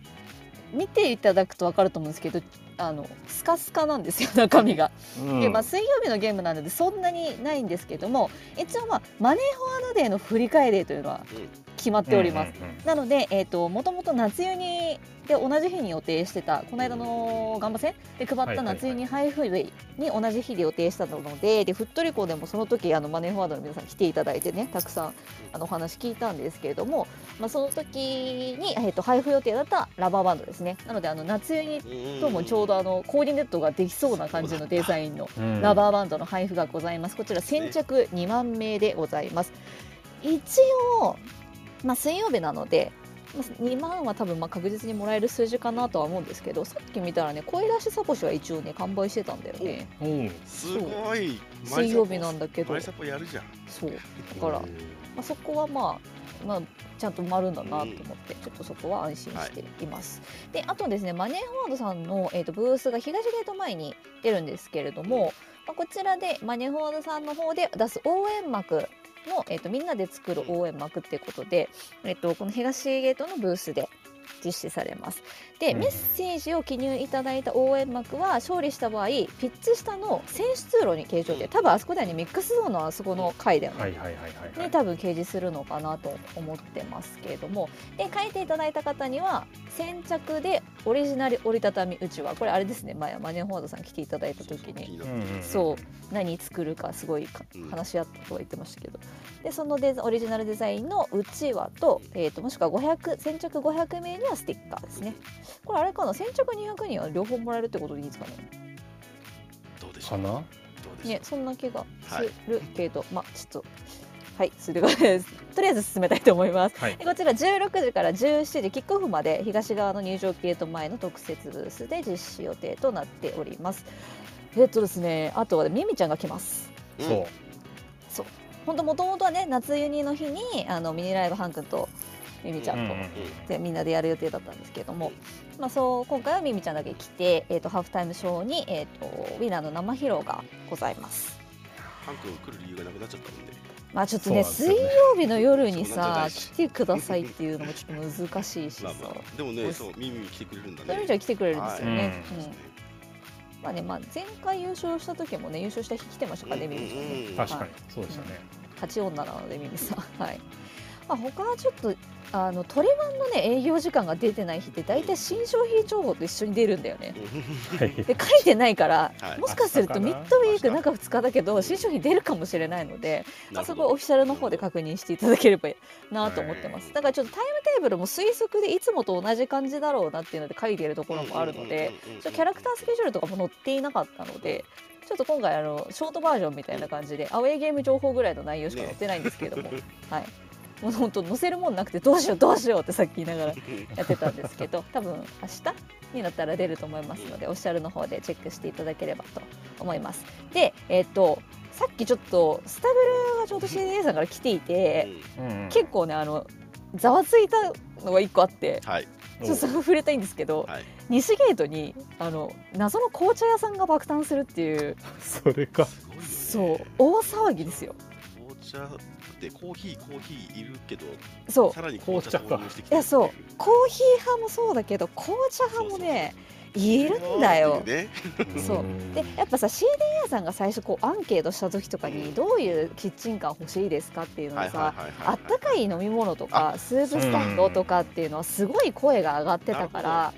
S3: 見ていただくと分かると思うんですけどあのスカスカなんですよ中身が。
S1: うん
S3: でまあ、水曜日のゲームなのでそんなにないんですけども一応、まあ、マネーフォワードデーの振り替えデーというのは
S2: うん
S3: 決まっております。
S1: うんうんうん
S3: なので、えー、ともともと夏湯にで同じ日に予定してたこの間のガンバ戦で配
S1: は
S3: っ
S1: いは
S3: た
S1: いはい
S3: 夏湯にハイフウェイに同じ日で予定してたので,、でフットリコでもその時あのマネーフォワードの皆さん来ていただいてねたくさんあのお話聞いたんですけれども、まあ、その時に、えー、と配布予定だったラバーバンドですねなのであの夏湯に
S2: うん
S3: ともちょうどあのコーディネットができそうな感じのデザインの
S1: うん
S3: ラバーバンドの配布がございます。こちら先着2万名でございます。一応、まあ、水曜日なので、まあ2万は多分まあ確実にもらえる数字かなとは思うんですけどさっき見たらね声出しサコシは一応ね完売してたんだよね
S1: うん
S2: すごい
S3: 水曜日なんだけど
S2: マイサポやるじゃん
S3: そうだから、まあ、そこはまあ、まあ、ちゃんと埋まるんだなと思って、ちょっとそこは安心しています、であとですねマネーフォワードさんの、えー、とブースが東ゲート前に出るんですけれども、まあ、こちらでマネーフォワードさんの方で出す応援幕の、えー、とみんなで作る応援幕っていうことで、えー、とこの東ゲートのブースで実施されますで、
S1: うん
S3: メッセージを記入いただいた応援幕は勝利した場合ピッチ下の選手通路に掲示をして多分あそこだよねミックスゾーンのあそこの階だよね、
S1: はいはいはいはいはい
S3: に多分掲示するのかなと思ってますけれどもで書いていただいた方には先着でオリジナル折りたたみうちわこれあれですね前マネーフォワードさん来ていただいた時に
S1: うんうんうん
S3: そう何作るかすごいか
S2: うん
S3: 話し合ったとは言ってましたけどでそのデザオリジナルデザインのうちわと,、えー、ともしくは500先着500名にはステッカーですねこれあれかな先着200人は両方もらえるってことでいいですかね
S2: どうでしょ
S1: か
S2: う
S1: な
S2: どうでしょ
S3: ね
S2: う
S3: そんな気が
S2: はい
S3: するけど、まあちょっとはいそれがとりあえず進めたいと思います
S1: はい
S3: でこちら16時から17時キックオフまで東側の入場ゲート前の特設ブースで実施予定となっております。えっとですね、あとはミミちゃんが来ます。
S2: うん
S1: そう
S3: 本当もともとはね夏ユニの日にあのミニライブハン君とミミちゃ
S1: うん
S3: ん
S1: う
S3: と、
S1: ん
S3: でみんなでやる予定だったんですけれども、まあ、そう今回はミミちゃんだけ来て、えっとハーフタイムショーに、えっとウィナーの生披露がございます。
S2: ハン君来る理由がなくなっちゃったもんで
S3: まあちょっとね
S1: そうな
S3: 水
S1: んですよね
S3: 曜日の夜に
S2: そうなんじゃな
S3: さ
S2: いし
S3: 来てくださいっていうのもちょっと難しいし
S2: ま
S3: さ
S2: あ。まあでも
S3: そ
S2: ね
S3: う
S2: そうミミに来てくれるんだ
S3: それ
S2: ね
S3: 以上来てくれるんですよね。
S1: は
S3: うんまあね、まあ、前回優勝した時もね、優勝した日来てましたからね、ミミさんね。
S1: 確
S2: に
S1: かにそうでしたね
S3: 勝ち女なので、ミミさん。はい。まあ、他はちょっとあのトレワンのね営業時間が出てない日って大体新商品情報と一緒に出るんだよね。
S1: はい
S3: で書いてないから、
S2: はい
S3: もしかするとミッドウィーク中2日だけど新商品出るかもしれないので、まあ、そこはオフィシャルの方で確認していただければなと思ってま
S2: は
S3: す
S2: い
S3: だからちょっとタイムテーブルも推測でいつもと同じ感じだろうなっていうので書いてるところもあるのでちょっとキャラクタースケジュールとかも載っていなかったのでちょっと今回あのショートバージョンみたいな感じでアウェーゲーム情報ぐらいの内容しか載ってないんですけ れども、はいもう本当載せるもんなくてどうしようどうしようってさっき言いながらやってたんです けど多分明日になったら出ると思いますのでオフィシャルの方でチェックしていただければと思いますでえっ、とさっきちょっとスタグルがちょうど CDA さんから来ていて
S1: うんうん
S3: 結構ねあのざわついたのが一個あって
S2: はい
S3: ちょっとそこ触れたいんですけど、
S2: はい
S3: 西ゲートにあの謎の紅茶屋さんが爆誕するっていう
S1: それか
S2: すごいよね
S3: そう大騒ぎですよ
S2: 紅茶でコーヒーコーヒーいるけど
S3: そう
S2: さらに紅茶
S1: 紅茶か
S2: 投入してき
S3: い
S2: て
S3: やそうコーヒー派もそうだけど紅茶派もねいるんだよ
S2: いるね
S3: そうんでやっぱさ CDA さんが最初こうアンケートした時とか
S2: う
S3: に
S2: ん
S3: どういうキッチンカー欲しいですかっていうの
S2: はい
S3: が
S2: は
S3: さ、
S2: いはいはい
S3: あったかい飲み物とかスープスタンドとかっていうのはすごい声が上がってたから、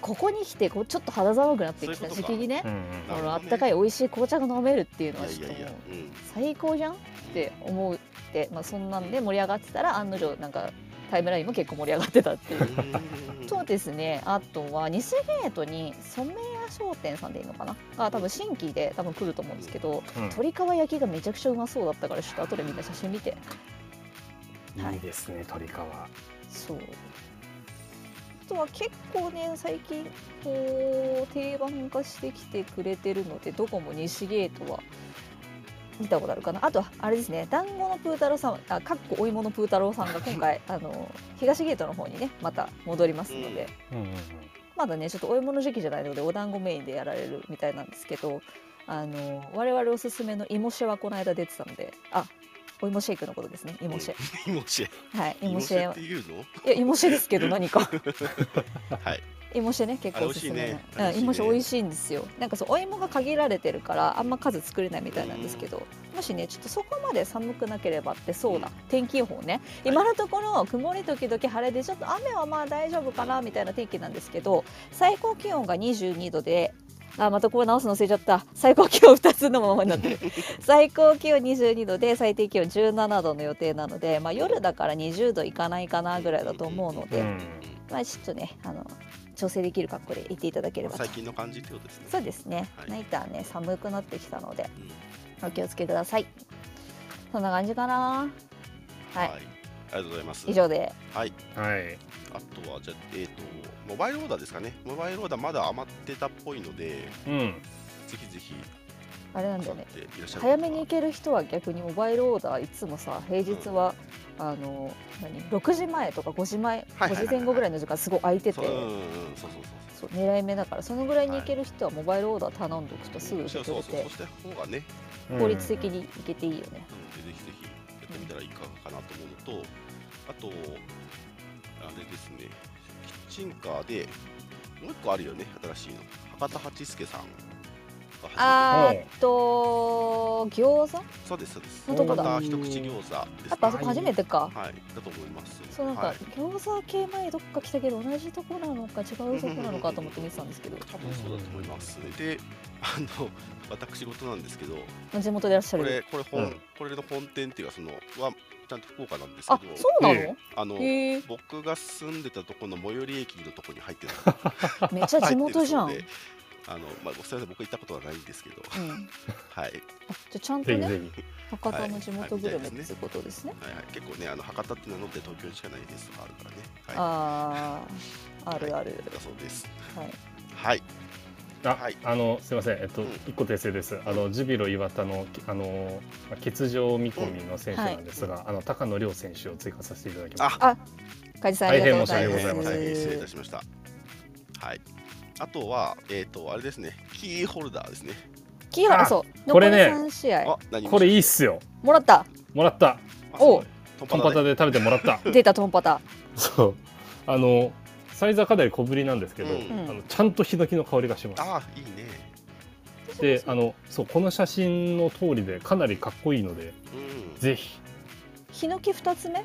S3: ここに来てこうちょっと肌寒くなってきた時期にね
S1: うん
S2: とか
S3: このあったかい美味しい紅茶が飲めるっていうの
S2: い
S3: は
S2: や
S3: ちょっ
S2: いや
S3: と
S2: い
S3: も
S2: や
S3: う
S2: うん
S3: 最高じゃんって思うって、まあ、そんなんで盛り上がってたら案の定なんかタイムラインも結構盛り上がってたっていう
S2: う。ーん
S3: そうですねあとは西ゲートに染谷商店さんでいいのかなが多分新規で多分来ると思うんですけど
S1: うん
S3: 鶏皮焼きがめちゃくちゃうまそうだったからちょっと後でみんな写真見てはい
S1: いいですね鳥皮
S3: そうあとは結構ね最近こう定番化してきてくれてるのでどこも西ゲートは見たことあるかなあとはあれですね団子のプー太郎さんあかっこお芋のプー太郎さんが今回あの東ゲートの方にねまた戻りますので、
S1: うんうんうん
S3: まだねちょっとお芋の時期じゃないのでお団子メインでやられるみたいなんですけどあの我々おすすめの芋シェはこの間出てたのであお芋シェイクのことですね芋シェ、
S2: 芋シェ
S3: はい
S2: 芋
S3: 芋
S2: シ
S3: シ
S2: ェっ
S3: ェ
S2: ていうの
S3: いや芋シェですけど何か
S2: はい
S3: 芋シェね結構おすすめ
S2: あれ美
S3: の、
S2: 味しいね
S3: うん
S2: あれ美味しいね
S3: 芋シェ美味しいんですよなんかそうお芋が限られてるからあんま数作れないみたいなんですけどもしねちょっとそこまで寒くなければってそうだ、
S2: うん
S3: 天気予報ね
S2: はい
S3: 今のところ曇り時々晴れでちょっと雨はまあ大丈夫かなみたいな天気なんですけど最高気温が22度であまたこれ直すの忘れちゃった最高気温2つのままになって る最高気温22度で最低気温17度の予定なので、まあ、夜だから20度いかないかなぐらいだと思うので、
S1: うん
S3: まあ、ちょっとねあの調整できる格好で行っていただければと
S2: 最近の感じってことですね
S3: そうですね、
S2: はい
S3: ナイターね寒くなってきたので
S2: うん
S3: お気をつけくださいそんな感じかなはい
S2: ありがとうございます
S3: 以上で
S2: はい
S1: はい
S2: あとはじゃあえっとモバイルオーダーですかねモバイルオーダーまだ余ってたっぽいので
S1: うん
S2: ぜひぜひ
S3: あれなんだ
S2: 使
S3: よ
S2: っ
S3: ね
S2: ていらっしゃる方
S3: 早めに行ける人は逆にモバイルオーダーいつもさ平日は、あの何6時前とか5時前
S2: はいはいはい
S3: 5時前後ぐらいの時間すごい空いてて
S2: そううんうんそうそうそう
S3: そう狙い目だからそのぐらいに行ける人はモバイルオーダー頼んどくとすぐ受
S2: そうそ
S3: け取
S2: う
S3: れ
S2: そうそ
S3: て
S2: うした方がね
S3: 効率的に行けていいよね
S2: なのでぜひぜひやってみたらいいかかなと思うのとあとあれですねキッチンカーでもう一個あるよね新しいの博多八助さんが始
S3: あーっと餃子
S2: めてそうですそうです
S3: 本当
S2: 博
S3: だ
S2: 多一口餃子ですね
S3: やっぱあそこ初めてか、
S2: はいだと思います
S3: そうなんか、
S2: はい
S3: 餃子系前どっか来たけど同じとこなのか違うとこなのかと思って見てたんですけど、
S2: 多分そうだと思いますであの私事なんですけど
S3: まあ地元でいらっしゃ
S2: こ
S3: る
S2: れこれ本、
S1: うん
S2: これの本店っていうかそのはちゃんと福岡なんですけ
S3: あ
S2: ど
S3: そうなの、
S1: え
S2: あの
S3: へえ
S2: 僕が住んでたとこの最寄り駅のとこに入ってる
S3: めっちゃ地元 じゃん、う
S2: 入って
S3: ん、
S2: るそうであの、まあ、すみません、僕行ったことはないんですけど、はい、
S3: あじゃあちゃんと
S1: ぜひ
S3: ね
S1: ぜひ
S3: 博多の地元グルメ
S2: はい
S3: ってことですね、
S2: はいはい、結構ね、あの博多って名乗って東京にしかないですがあるからね。はい、
S3: ああーあるある、
S2: だそうです。
S3: はい、
S2: はい、
S1: あ、
S2: はい
S1: あのすみません、えっと
S2: うん
S1: 一個訂正です。あのジュビロ磐田のあのまあ欠場見込みの選手なんですが、あの高野亮選手を追加させていただきまし
S2: あ
S1: た。
S3: 梶さんありがとうござ
S1: 大変
S3: いま
S1: 申し訳ございませ
S2: 大変失礼い
S3: す
S2: たしました。はい、あとは、えっ、と、あれですね、キーホルダーですね。
S3: キーホルダー
S1: あ
S3: そう
S1: こ
S3: 残り
S1: れね
S3: 3試合
S2: あ、何
S1: これいいっ
S2: っ
S1: すよ。
S3: もらった
S1: もらった。
S3: おう
S1: ト
S2: ト
S1: ン
S2: ン
S1: パ
S2: パ
S1: タ
S2: タ
S1: で
S2: で。
S1: 食べてもらった。
S3: 出たトンパタ
S1: そう。あのサイズはかなり小ぶりなんですけど、
S2: うん
S1: あのちゃんとヒノキの香りがします。
S2: あー、いいね。
S1: で、あのそうこの写真の通りでかなりかっこいいので、
S2: うん。
S1: ぜひ。
S3: ヒノキ2つ目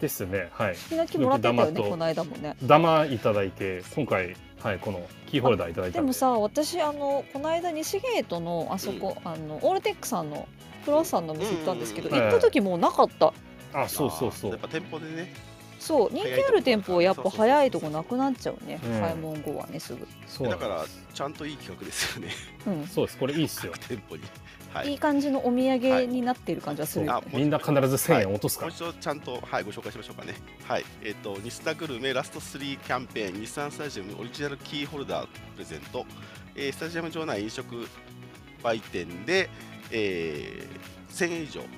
S1: ですねはい
S3: ひなきもらってたよ
S1: 時々黙っ
S3: ね
S1: と
S3: この間もね
S1: ダマいただいて今回はいこのキーホルダーいただいた
S3: で
S1: ん
S3: もさ私あのこの間西ゲートのあそこ、あのオールテックさんのクロワッサンのお店行ったんですけど、
S1: うんうんうん
S3: 行った時もうなかった
S1: あそうそうそ
S2: や
S1: う
S2: っぱ店舗でね
S3: そう人気ある店舗はやっぱ早いとこなくなっちゃうね
S1: うん
S3: 買い物後はねすぐ
S1: そうなん
S2: だから
S1: です
S2: ちゃんといい企画ですよね
S3: うん
S1: そうですこれいいっすよ
S2: 各 店舗にはいい
S3: い感じのお土産になってる感じはするよ
S2: あ
S3: ね、
S2: もう
S1: みんな必ず1000円落とすか
S2: もう
S1: ら
S2: 一度ちゃんと、はい、ご紹介しましょうかね。はい、えっ、と、日産グルメラスト3キャンペーン、日産スタジアムオリジナルキーホルダープレゼント、えースタジアム場内飲食売店で、えー1000円以上
S4: うん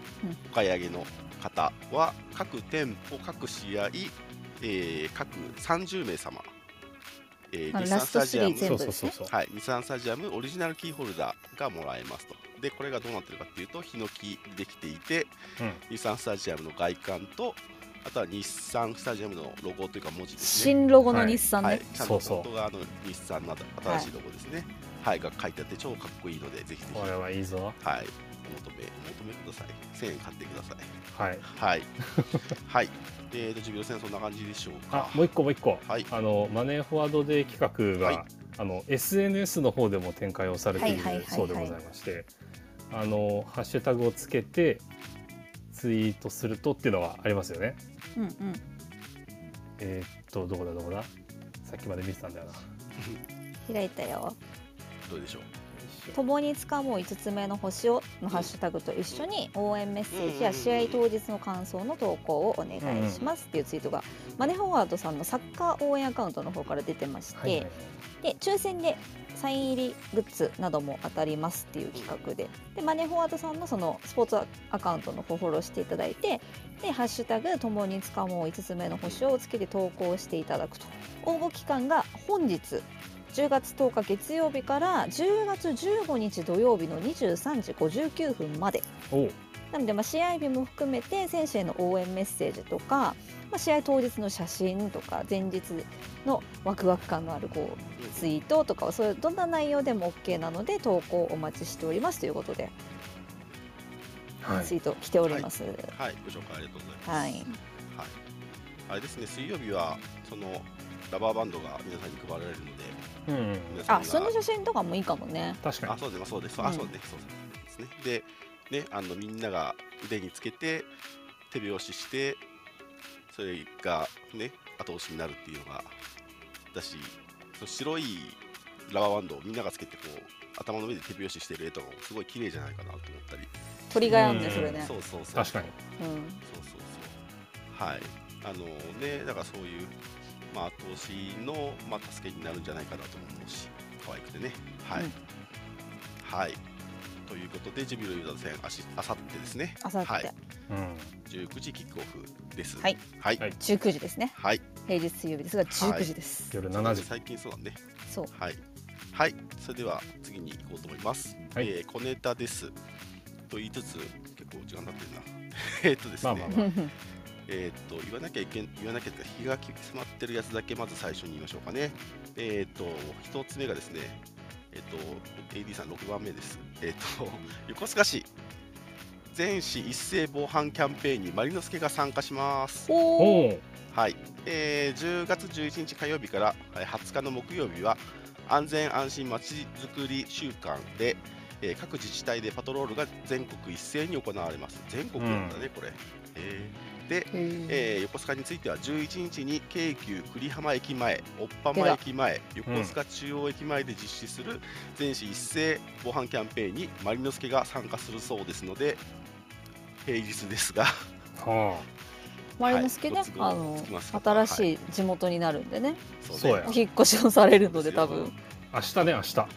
S2: お買い上げの方は、各店舗、各試合、えー各30名様、え
S4: あ
S2: 日産スタジアム
S4: ラスト3全
S1: そ
S4: 部
S1: うそうそうそう
S2: はい、日産スタジアムオリジナルキーホルダーがもらえますと。で、これがどうなってるかっていうと、ヒノキできていて、
S1: うん
S2: 日産スタジアムの外観と、あとは日産スタジアムのロゴというか文字ですね。
S3: 新ロゴの日産ね、
S2: はい、ちゃんと
S1: そうそう
S2: 本当があの日産の新しいロゴですね。はい、が書いてあって超かっこいいので、ぜひぜひ、
S1: こ
S2: はい、
S1: れ
S2: お求
S1: はいいぞ
S2: め、お求めください。1000円買ってください。
S1: はい
S2: はい。はい。えーと、ジュビロ戦、そんな感じでしょうか
S1: あ。もう一個もう一個、
S2: はい
S1: あのマネーフォワードデー企画が、
S2: はい
S1: あの SNS の方でも展開をされてい
S4: はいはいは
S1: る
S4: いはい
S1: そうでございましてあのハッシュタグをつけてツイートするとっていうのはありますよね
S4: うんうん。
S1: えーっとどこだどこださっきまで見てたんだよな
S4: 開いたよ。
S2: どうでしょう。
S4: 共につかもう5つ目の星をのハッシュタグと一緒に応援メッセージや試合当日の感想の投稿をお願いしますっていうツイートがマネフォワードさんのサッカー応援アカウントの方から出てまして、
S1: はいはいはい
S4: で抽選でサイン入りグッズなども当たりますっていう企画ででマネフォワードさんのそのスポーツアカウントの方フォローしていただいてで「ハッシュタグともにつかもう5つ目の星」をつけて投稿していただくと応募期間が本日10月10日月曜日から10月15日土曜日の23時59分まで
S1: おう
S4: なので、まあ、試合日も含めて選手への応援メッセージとか、まあ、試合当日の写真とか前日のワクワク感のあるこうツイートとかはそういうどんな内容でも OK なので投稿お待ちしておりますということで、
S1: はい
S4: ツイート来ております。
S2: はい、ご紹介ありがとうございます。
S4: はい、
S2: はい、あれですね、水曜日はそのラバーバンドが皆さんに配られるので、
S1: うんうん
S2: 皆さん
S4: あ
S2: が
S4: その写真とかもいいかもね。
S1: 確か
S2: あ
S1: に
S2: そうですね、そうです、あ
S4: うん
S2: そうですね、そうですね。で、ね、あのみんなが腕につけて手拍子して、それがね後押しになるっていうのがだし、その白いラバーバンドをみんながつけてこう頭の上で手拍子してる絵とかもすごい綺麗じゃないかなと思ったり、
S4: 鳥がやん
S1: う
S4: ね
S1: ん
S4: それね。
S2: そうそうそう、
S1: 確かに
S4: うん
S2: そうそうそうはいあのねだからそういうまあ後押しの、まあ、助けになるんじゃないかなとも思うし可愛くてねはい、
S4: うん
S2: はいということでジュビロユーザーズ戦あしあさってですね
S4: あさっ
S2: はい
S4: て、
S1: うん
S2: 19時キックオフです
S4: はい
S2: はい
S1: はい
S4: 19時ですね。
S2: はい
S4: 平日水曜日ですが
S2: はい
S4: 19時です。
S1: 夜7時
S2: 最近そうだね
S4: そう。
S2: はい、はい、それでは次に行こうと思います、
S1: はい
S2: えー小ネタですと言いつつ結構時間経ってるな えーっとです
S1: ま
S2: ね、
S1: あまあまあ
S2: えーっと言わなきゃいけん言わなきゃっていうか日が詰まってるやつだけまず最初に言いましょうかねえーっと一つ目がですねえーっと AD さん6番目ですえーっと横須賀市全市一斉防犯キャンペーンにマリノスケが参加します
S4: おお。
S1: おう
S2: はい、えー10月11日火曜日からえー20日の木曜日は安全安心まちづくり週間で、えー各自治体でパトロールが全国一斉に行われます全国なんだね、これ、えーで、えー横須賀については11日に京急栗浜駅前おっぱま駅前横須賀中央駅前で実施する全市一斉防犯キャンペーンにマリノスケが参加するそうですので平日です が
S1: は
S3: マリノスケね、
S2: はいご都合
S3: あの
S2: つきますか
S3: 新しい地元になるんでね、
S2: そ
S1: そうや
S3: お引っ越しをされるので
S2: そ
S3: 多
S2: うですよ
S3: 分もう
S1: あ明日ね明日
S2: そうね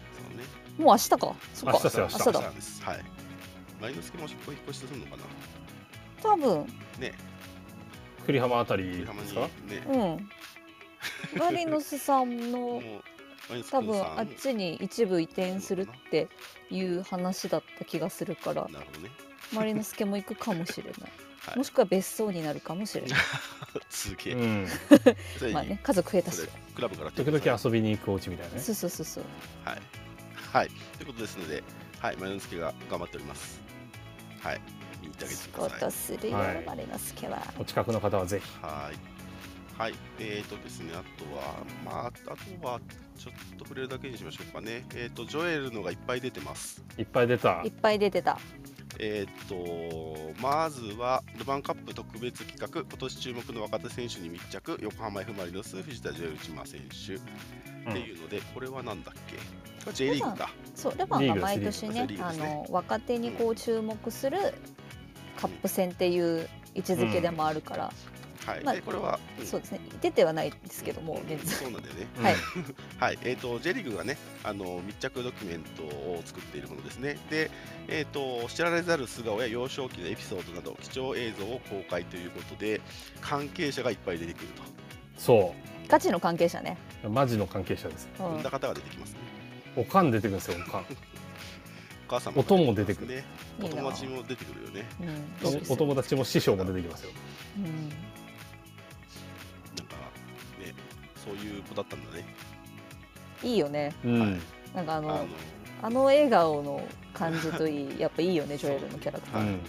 S3: 明日かそっ
S1: 明日
S3: か
S1: ですよ
S3: 明日だ
S2: です。はい。マリノスケもお引っ越しするのかな。
S3: 多分
S2: ね、
S1: 栗浜あたり
S2: たま
S1: で
S2: に
S1: すか
S2: ね、
S3: うんマリノスさん
S2: もう
S3: の
S2: マリノス
S3: 多
S2: 君
S3: 分
S2: さん
S3: あっちに一部移転するっていう話だった気がするから
S2: なるほどね。
S3: マリノスケも行くかもしれない、
S2: はい
S3: もしくは別荘になるかもしれ ない
S2: すげ
S1: う
S2: え。
S1: ん
S2: それ
S3: まあね家族増えたし
S2: それクラブから
S1: 時々遊びに行くお家みたいなね
S3: そうそうそうそう
S2: はい。はい。ということですので、はい、マリノスケが頑張っております。はい。いいってあげてく
S4: こ
S2: ださい
S4: とするよ、
S1: はい
S4: 丸之助は。
S1: お近くの方はぜひ
S2: はい。はい。えーとですね、あとは、まあ、あとは、ちょっと触れるだけにしましょうかね。えーと、ジョエルのがいっぱい出てます。
S1: いっぱい出た
S3: いっぱい出てた。
S2: えーと、まずは、ルヴァンカップ特別企画、今年注目の若手選手に密着、横浜 F ・マリノス、藤田ジョエル島選手っていうので、これはなんだっけこれは J リーグか。
S3: そうレバンが毎年
S2: リー
S3: ね
S2: グですね
S3: あの若手にこう注目するカップ戦っていう位置づけでもあるから、
S2: はい。
S3: まあ
S2: で、これは、ん
S3: そうですね出てはないんですけども現在
S2: そうなんだよね。
S1: うん
S3: はい
S2: はい、えー、と J リーグがねあの密着ドキュメントを作っているものですねで、えー、と知られざる素顔や幼少期のエピソードなど貴重映像を公開ということで関係者がいっぱい出てくると
S1: そ
S3: ガチの関係者ね、
S1: うマジの関係者です
S3: う
S2: いろ
S3: ん
S2: んな方が出てきますね
S1: おかん出てくるんですよおかん
S2: お母さん
S1: お供も出てく
S2: るね
S3: い
S2: お
S3: いな
S2: 友達も出てくるよね
S3: うん
S1: お
S3: いいです
S1: お
S3: よ
S1: 友達も師匠も出てきますよ
S3: うん
S2: なんかねそういう子だったんだね、
S3: いいよね
S1: うん、
S2: はい
S3: なんかあ
S2: あ
S3: の
S2: の
S3: あの笑顔の感じといいやっぱいいよねジョエルのキャラクタ
S1: う
S3: ー、
S1: ん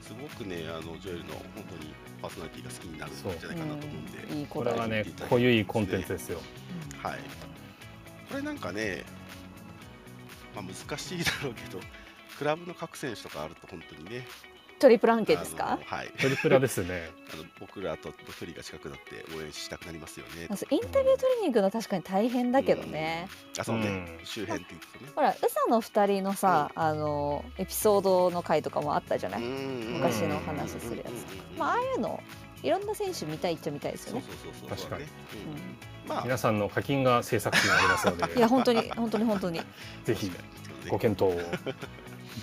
S2: すごくねあのジョエルの本当にパーソナリティが好きになるんじゃないかなと思うんで、
S3: うんいい
S1: こ
S3: 子
S1: れ
S3: だよ
S1: はね濃ゆいコンテンツですよ
S2: はい。これなんかね、まあ、難しいだろうけど、クラブの各選手とかあると本当にね、
S3: トリプルアンケですか
S2: あのはい。
S1: トリプラですね
S2: あの僕らと距離が近くなって応援したくなりますよね
S3: あ。そうインタビュー取りに行くの確かに大変だけどね、
S2: あ、そうね、
S1: うん
S2: 周辺って言って
S3: ほらウサの2人のさ、あのエピソードの回とかもあったじゃな
S2: た
S3: い、
S2: ねうん。
S1: 昔の
S3: 話するやつ
S2: つ
S3: まあああいうのいろんな選手見たいっちゃ見たいですよ
S2: そう
S3: ね
S2: そうそうそ
S1: 確
S2: う。
S1: かに
S2: そうだね。
S3: う
S2: う
S3: ん
S2: んまあ、
S1: 皆さんの課金が制作費になりますの
S3: い
S1: で
S3: や本当に本当に本当に
S1: ぜひ
S2: 確かにそ
S1: ご検討
S2: うね
S1: を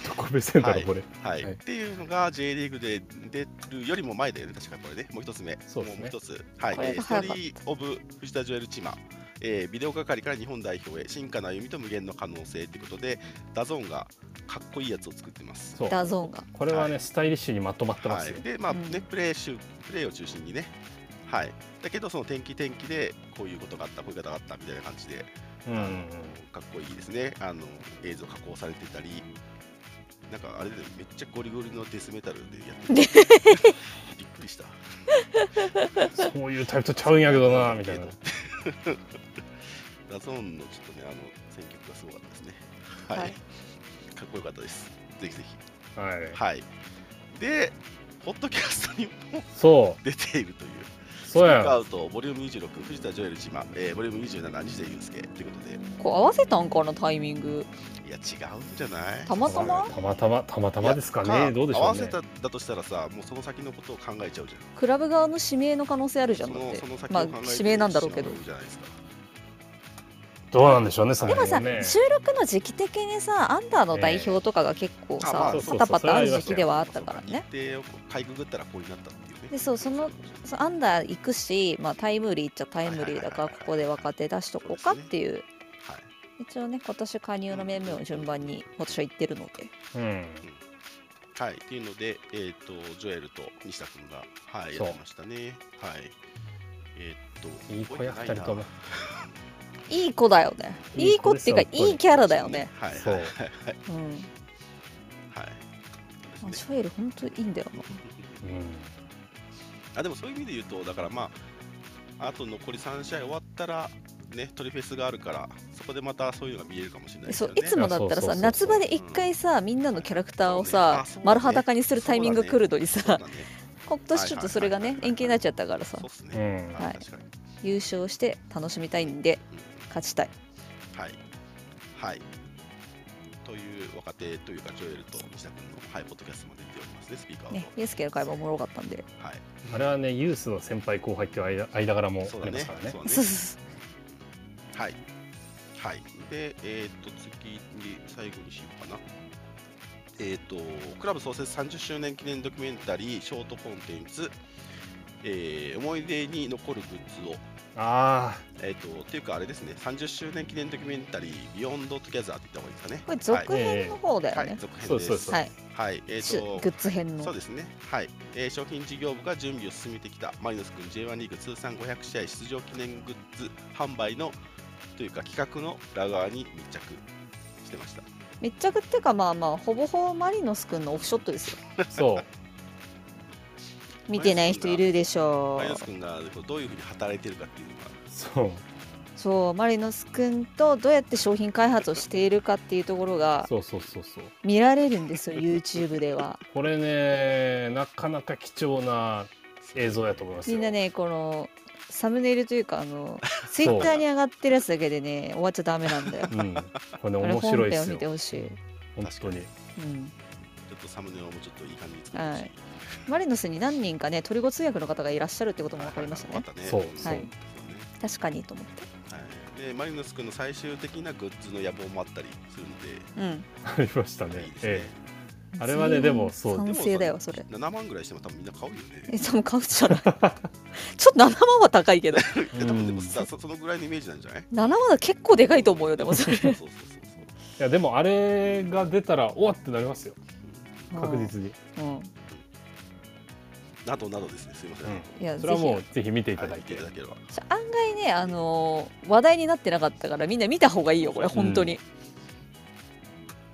S1: どこ目線だろうこれ、
S2: はい、
S1: はい
S2: っていうのが J リーグで出るよりも前だよね、確かこれね、もう一つ目、
S1: そうですね
S2: もう一つ、はい、
S3: こ
S2: え
S3: れ
S2: ー
S3: が
S2: ストー
S3: 早
S2: リ
S3: かった
S2: ー・オブ・藤田ジョエル・チマ、えービデオ係から日本代表へ、進化の歩みと無限の可能性ということで、ダゾーンがかっこいいやつを作ってます。
S1: そう
S3: ダゾーンが
S1: これはね、
S2: は
S1: スタイリッシュにまとまってま
S2: は
S1: すよ、
S2: い、で、まあ
S3: うん
S2: ねプレー集プレーを中心にね、はい、だけど、その天気天気で、こういうことがあった、こういうことがあったみたいな感じで、
S1: うん
S2: あのかっこいいですねあの映像加工されてたりなんかあれでめっちゃゴリゴリのデスメタルでや ってるびっくりした
S1: そういうタイプとちゃうんやけどなみたいな
S2: ラゾーンのちょっとねあの選曲がすごかったですねはい、
S3: はい
S2: かっこよかったですぜひぜ
S1: はい
S2: ひはいでポッドキャストにも
S1: そ
S2: 出ているという
S1: う
S2: スピ
S1: そう
S2: ークア
S1: や
S2: ウトボリューム26藤田ジョエル島、えーボリューム27西田祐介ということで
S3: こう合わせたんかなタイミング
S2: いや違うんじゃない
S3: たまたま
S1: たまたまたまたまですか
S2: いや
S1: ねどうでしょうね
S2: 合わせただとしたらさもうその先のことを考えちゃうじゃん
S3: クラブ側の指名の可能性あるじゃんだって
S2: そのその先を
S3: まあ
S2: 考えて
S3: 指名なんだろうけど
S2: じゃないですか
S1: どうなんでしょうねその
S3: でも
S1: 辺
S3: さ、
S1: はね
S3: 収録の時期的にさアンダーの代表とかが結構
S2: ええあまあ
S3: さ、
S2: そうそう
S3: パタパタある
S1: そうそう
S3: 時期ではあったからね
S2: 日程をかいくぐったらこうになったっていうね
S3: でそうそのそうアンダー行くし、まあ、タイムリーっちゃタイムリーだから
S2: はいはいはいはい
S3: ここで若手出しとこうかっていう
S2: はい
S3: 一応ね今年加入の面々を順番に私は言ってるので
S1: うん
S2: はい、っていうので、えー、とジョエルと西田君が、はい、や
S1: そう
S2: りましたね。はい。えー、と
S1: いい子や
S2: 覚えて
S1: 二
S2: な
S1: 人とも
S3: いい子だよねいい子っていうか
S1: いい子ですよ
S3: いいキャラだよね、
S2: はい、
S1: そう
S2: はい、はい。
S3: うん
S2: そう
S3: まあ
S2: です
S3: シ
S2: ね
S3: ョエル本当にいいんだよな
S1: う
S2: あでもそういう意味で言うと、だからまあ、あと残り3試合終わったら、ね、トリフェスがあるから、そこでまたそういうのが見えるかもしれないです
S3: そ
S2: よ
S3: う
S2: ね。
S3: いつもだったら
S1: いや
S3: さ
S1: そうそうそう
S3: 夏場で一回さみんなのキャラクターを
S2: そうねあ
S3: さ
S2: そうだね
S3: 丸裸にするタイミングが来るのに
S2: そう
S3: さ
S2: だね
S3: 今年ちょっとそれが
S2: はい
S3: ね
S2: はいはいはい
S3: 延期になっちゃったからさ
S2: そうです
S1: んう
S2: ね。
S1: ん
S2: は、
S3: はいい
S2: 確かに。
S3: 優勝して楽しみたいんで
S2: うん
S3: 勝ちたい
S2: はい。はい。という若手というか、ジョエルと西田君の、はい、ポッドキャストも出ておりますね、スピーカーを。
S3: ねユースケの会話おもろかったんで
S2: はい。
S1: あれはねユースの先輩後輩っていう間間柄も
S2: そう
S1: あ
S2: だ
S1: りますか
S2: ね。そう
S1: ら
S2: だ
S1: ね
S2: ね。
S3: そうそうそう
S2: はい。はい。で、えっ、と、次に、最後にしようかな。えっ、と、クラブ創設30周年記念ドキュメンタリー、ショートコンテンツ、えー思い出に残るグッズを、
S1: あ
S2: えっ、と、っていうか、あれですね、30周年記念ドキュメンタリー、ビヨンドトゥギャザーって言った方がいいですか
S3: こ
S2: ね。
S3: れ続編の方だ
S2: は
S3: よ
S2: い、はい、
S3: ね
S2: 続編です。
S1: そうそうそう
S3: はい
S2: はい、え
S3: し
S2: ー、と
S3: グッズ編の
S2: そうですね、はいえー商品事業部が準備を進めてきたマリノス君 J1 リーグ通算500試合出場記念グッズ販売のというか企画の裏側に密着してました。
S3: 密着っていうかまあまあほぼほぼマリノスくんのオフショットですよ
S1: あそう
S3: 見てない人いるでしょ
S2: マリノス
S3: う
S2: 君がどういうふうに働いてるかっていうのが
S1: そう
S3: そうマリノス君とどうやって商品開発をしているかっていうところが
S1: そうそうそうそう
S3: 見られるんですよ YouTube では
S1: これねなかなか貴重な映像やと思います
S3: み
S1: よ
S3: んなねこのサムネイルというかあのツイッターに上がってるやつだけでね終わっちゃダメな んだよ
S1: うん、これね
S3: あれ
S1: 面白いで
S3: 本編を
S1: す
S3: 見て
S1: よ
S3: ほしい、
S1: 本当に
S3: うん、
S2: ちょっとサムネをもうちょっといい感じに作ってほしい
S3: はいマリノスに何人かねトルコ通訳の方がいらっしゃるってことも分かりましたね
S2: 分かった
S1: そうそう
S3: はい確かにと思って
S2: そうねはいでマリノス君の最終的なグッズの野望もあったりするんで
S3: うん
S1: ありましたね
S2: いいですね
S1: ええあれはねでもそう
S3: 賛成だよそれ
S2: 7万ぐらいしても多分みんな買うよ
S3: え
S2: ね
S3: 多分買うじゃない ちょっと7万は高い けど
S1: え
S2: で多分でも
S1: うんい
S2: さそそのぐらいのイメージなんじゃない
S3: 7万は結構でかいと思うよでもそ
S2: そう
S3: れ
S2: そうそうそう
S1: やでもあれが出たらおわってなりますよ確実に、
S3: うん
S2: などなどですねすいません、
S1: うん
S3: いや
S1: それはも
S3: ぜ
S1: うぜひ見ていた
S2: はい
S1: だい
S2: 見て
S1: て、
S2: いただければ
S3: ひ案外ねあのー話題になってなかったからみんな見た方がいいよこれ本当に、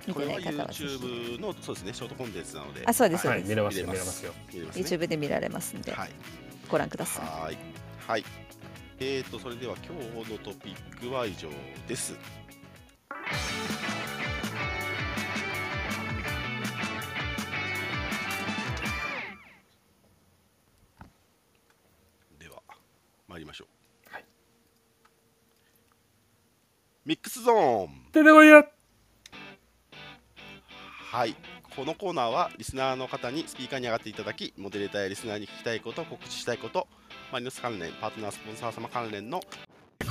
S3: 見
S2: これ
S3: てな
S2: はい
S3: 方はぜひ
S2: YouTube のそうですねショートコンテンツなので
S3: あそうです
S1: は
S3: そう
S1: い
S3: です
S1: 見れますよ
S2: 見
S1: 見れ
S2: れま
S1: ますすよ
S2: 見れますね
S3: YouTube で見られますんで
S2: はい
S3: ご覧ください
S2: はーいはいえーとそれでは今日のトピックは以上ですでは参りましょう、
S1: はい
S2: ミックスゾーン
S1: 出てこいや
S2: はいこのコーナーはリスナーの方にスピーカーに上がっていただきモデレーターやリスナーに聞きたいこと告知したいことマリノス関連パートナースポンサー様関連の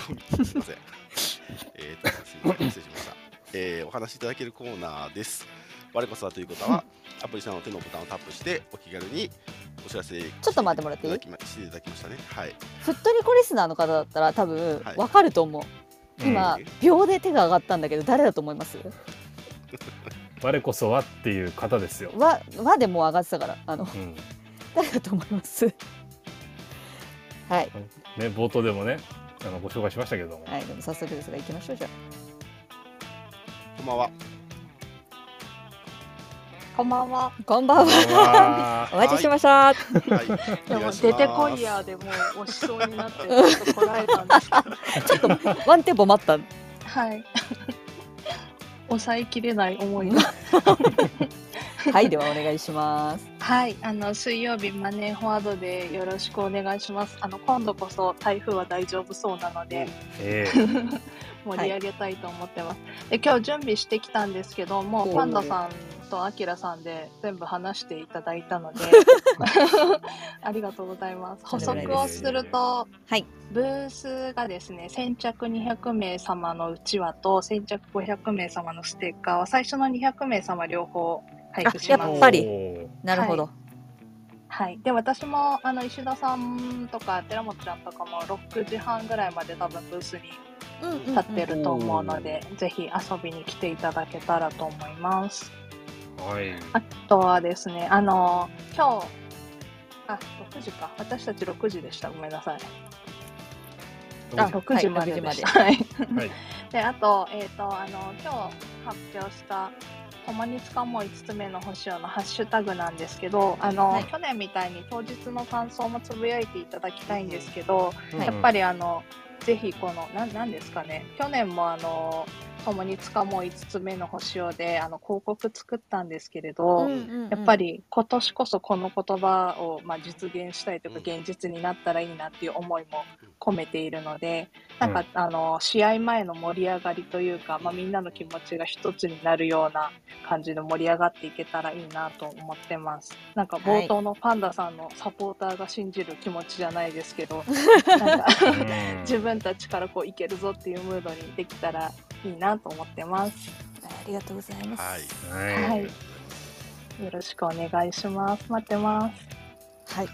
S2: コミすいません えーとすいません失礼しました、えーお話しいただけるコーナーです我こそはという方はアプリさんの手のボタンをタップしてお気軽にお知らせち
S3: ょっと待ってもらっていい
S2: していただきましたねはい
S3: ふっとりこリスナーの方だったら多分
S2: はい
S3: わかると思う、
S1: うん
S3: 今、秒で手が上がったんだけど誰だと思います
S1: 我こそはっていう方ですよ、
S3: わわでもう上がってたからあの
S1: うん
S3: 誰だと思いますはい
S1: ね、冒頭でもねあのご紹介しましたけども、
S3: はいでも早速ですが行きましょうじゃ
S2: こん ばんは
S5: こんばんは。
S3: あこんばんは
S1: うわ
S3: お待ちしてまし
S2: は
S3: た
S2: い
S5: で
S2: お願
S5: も
S2: いし
S5: 出て
S2: ま
S5: こ
S2: す
S5: いやでもう押しそうになってちょっとこらえたんです。
S3: ちょっとワンテンポ待った
S5: はい。抑えきれない思いが。
S3: はいではお願いします
S5: はい、あの水曜日マネーフォワードでよろしくお願いします。あの今度こそ台風は大丈夫そうなので
S1: ええ
S5: 盛り上げたいと思ってます。で今日準備してきたんですけども
S3: お
S5: う
S3: ー
S5: パンダさんとアキラさんで全部話していただい たのでありがとうございます。補足をすると
S3: はい
S5: ブースがですね先着200名様のうちわと先着500名様のステッカーは最初の200名様両方配布し
S3: あ
S5: ま
S3: やっ
S5: す
S3: ぱ。り
S1: おー
S3: なるほど、
S5: はい、で私もあの石田さんとか寺本ちゃんとかも6時半ぐらいまで多分ブースに
S3: うんうんうん
S5: 立ってると思うので、ぜひ遊びに来ていただけたらと思います。
S1: はい
S5: あとはですねあの今日あ6時か私たち6時でしたごめんなさいあ
S1: どうぞ
S5: 6時まででした、
S3: は
S5: はい
S1: はい
S5: であと,、えー、とあの今日発表した「共につかもう5つ目の星を」のハッシュタグなんですけどあの、
S3: はい
S5: 去年みたいに当日の感想もつぶやいていただきたいんですけど、
S3: はい
S5: やっぱ
S1: り
S5: りあのぜひこのななんですかね去年もあの「共につかもう5つ目の星をで」あの広告作ったんですけれど。やっぱり今年こそこの言葉をまあ実現したいというか
S2: う
S5: 現実になったらいいなっていう思いも込めているので
S1: う
S5: なんんかあの試合前の盛り上がりというかまあみんなの気持ちが一つになるような感じで盛り上がっていけたらいいなと思ってますなんか冒頭のパンダさんのサポーターが信じる気持ちじゃないですけ どなんか自分たちからこういけるぞっていうムードにできたらいいなと思ってます
S3: ありがとうございます
S2: はい
S1: は
S5: はいいよろしくお願いします待ってます
S3: はい、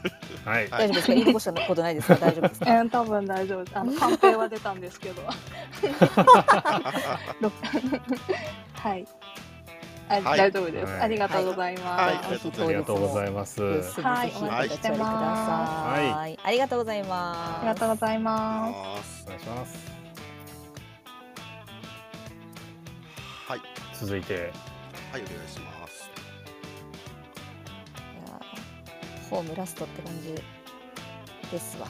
S1: はい
S2: は
S3: 大丈夫ですか言い残したことないですか大丈夫です
S5: え
S3: か
S5: ー、多分大丈夫です。あのカンペは出たんですけど。 ろはい。あ
S2: はい
S5: 大丈夫です、
S1: はい
S5: ありがとうございます。
S2: はい
S3: あ
S2: ありがとうございます
S1: ありがとうございます
S3: ブースにぜひお立ち寄りください、
S1: はいは
S3: ありがとうございます
S5: ありがとうございます。
S1: お願いします
S2: はい
S1: 続いて
S2: はいお願いします
S3: いや
S4: ホームラストって感じですわ。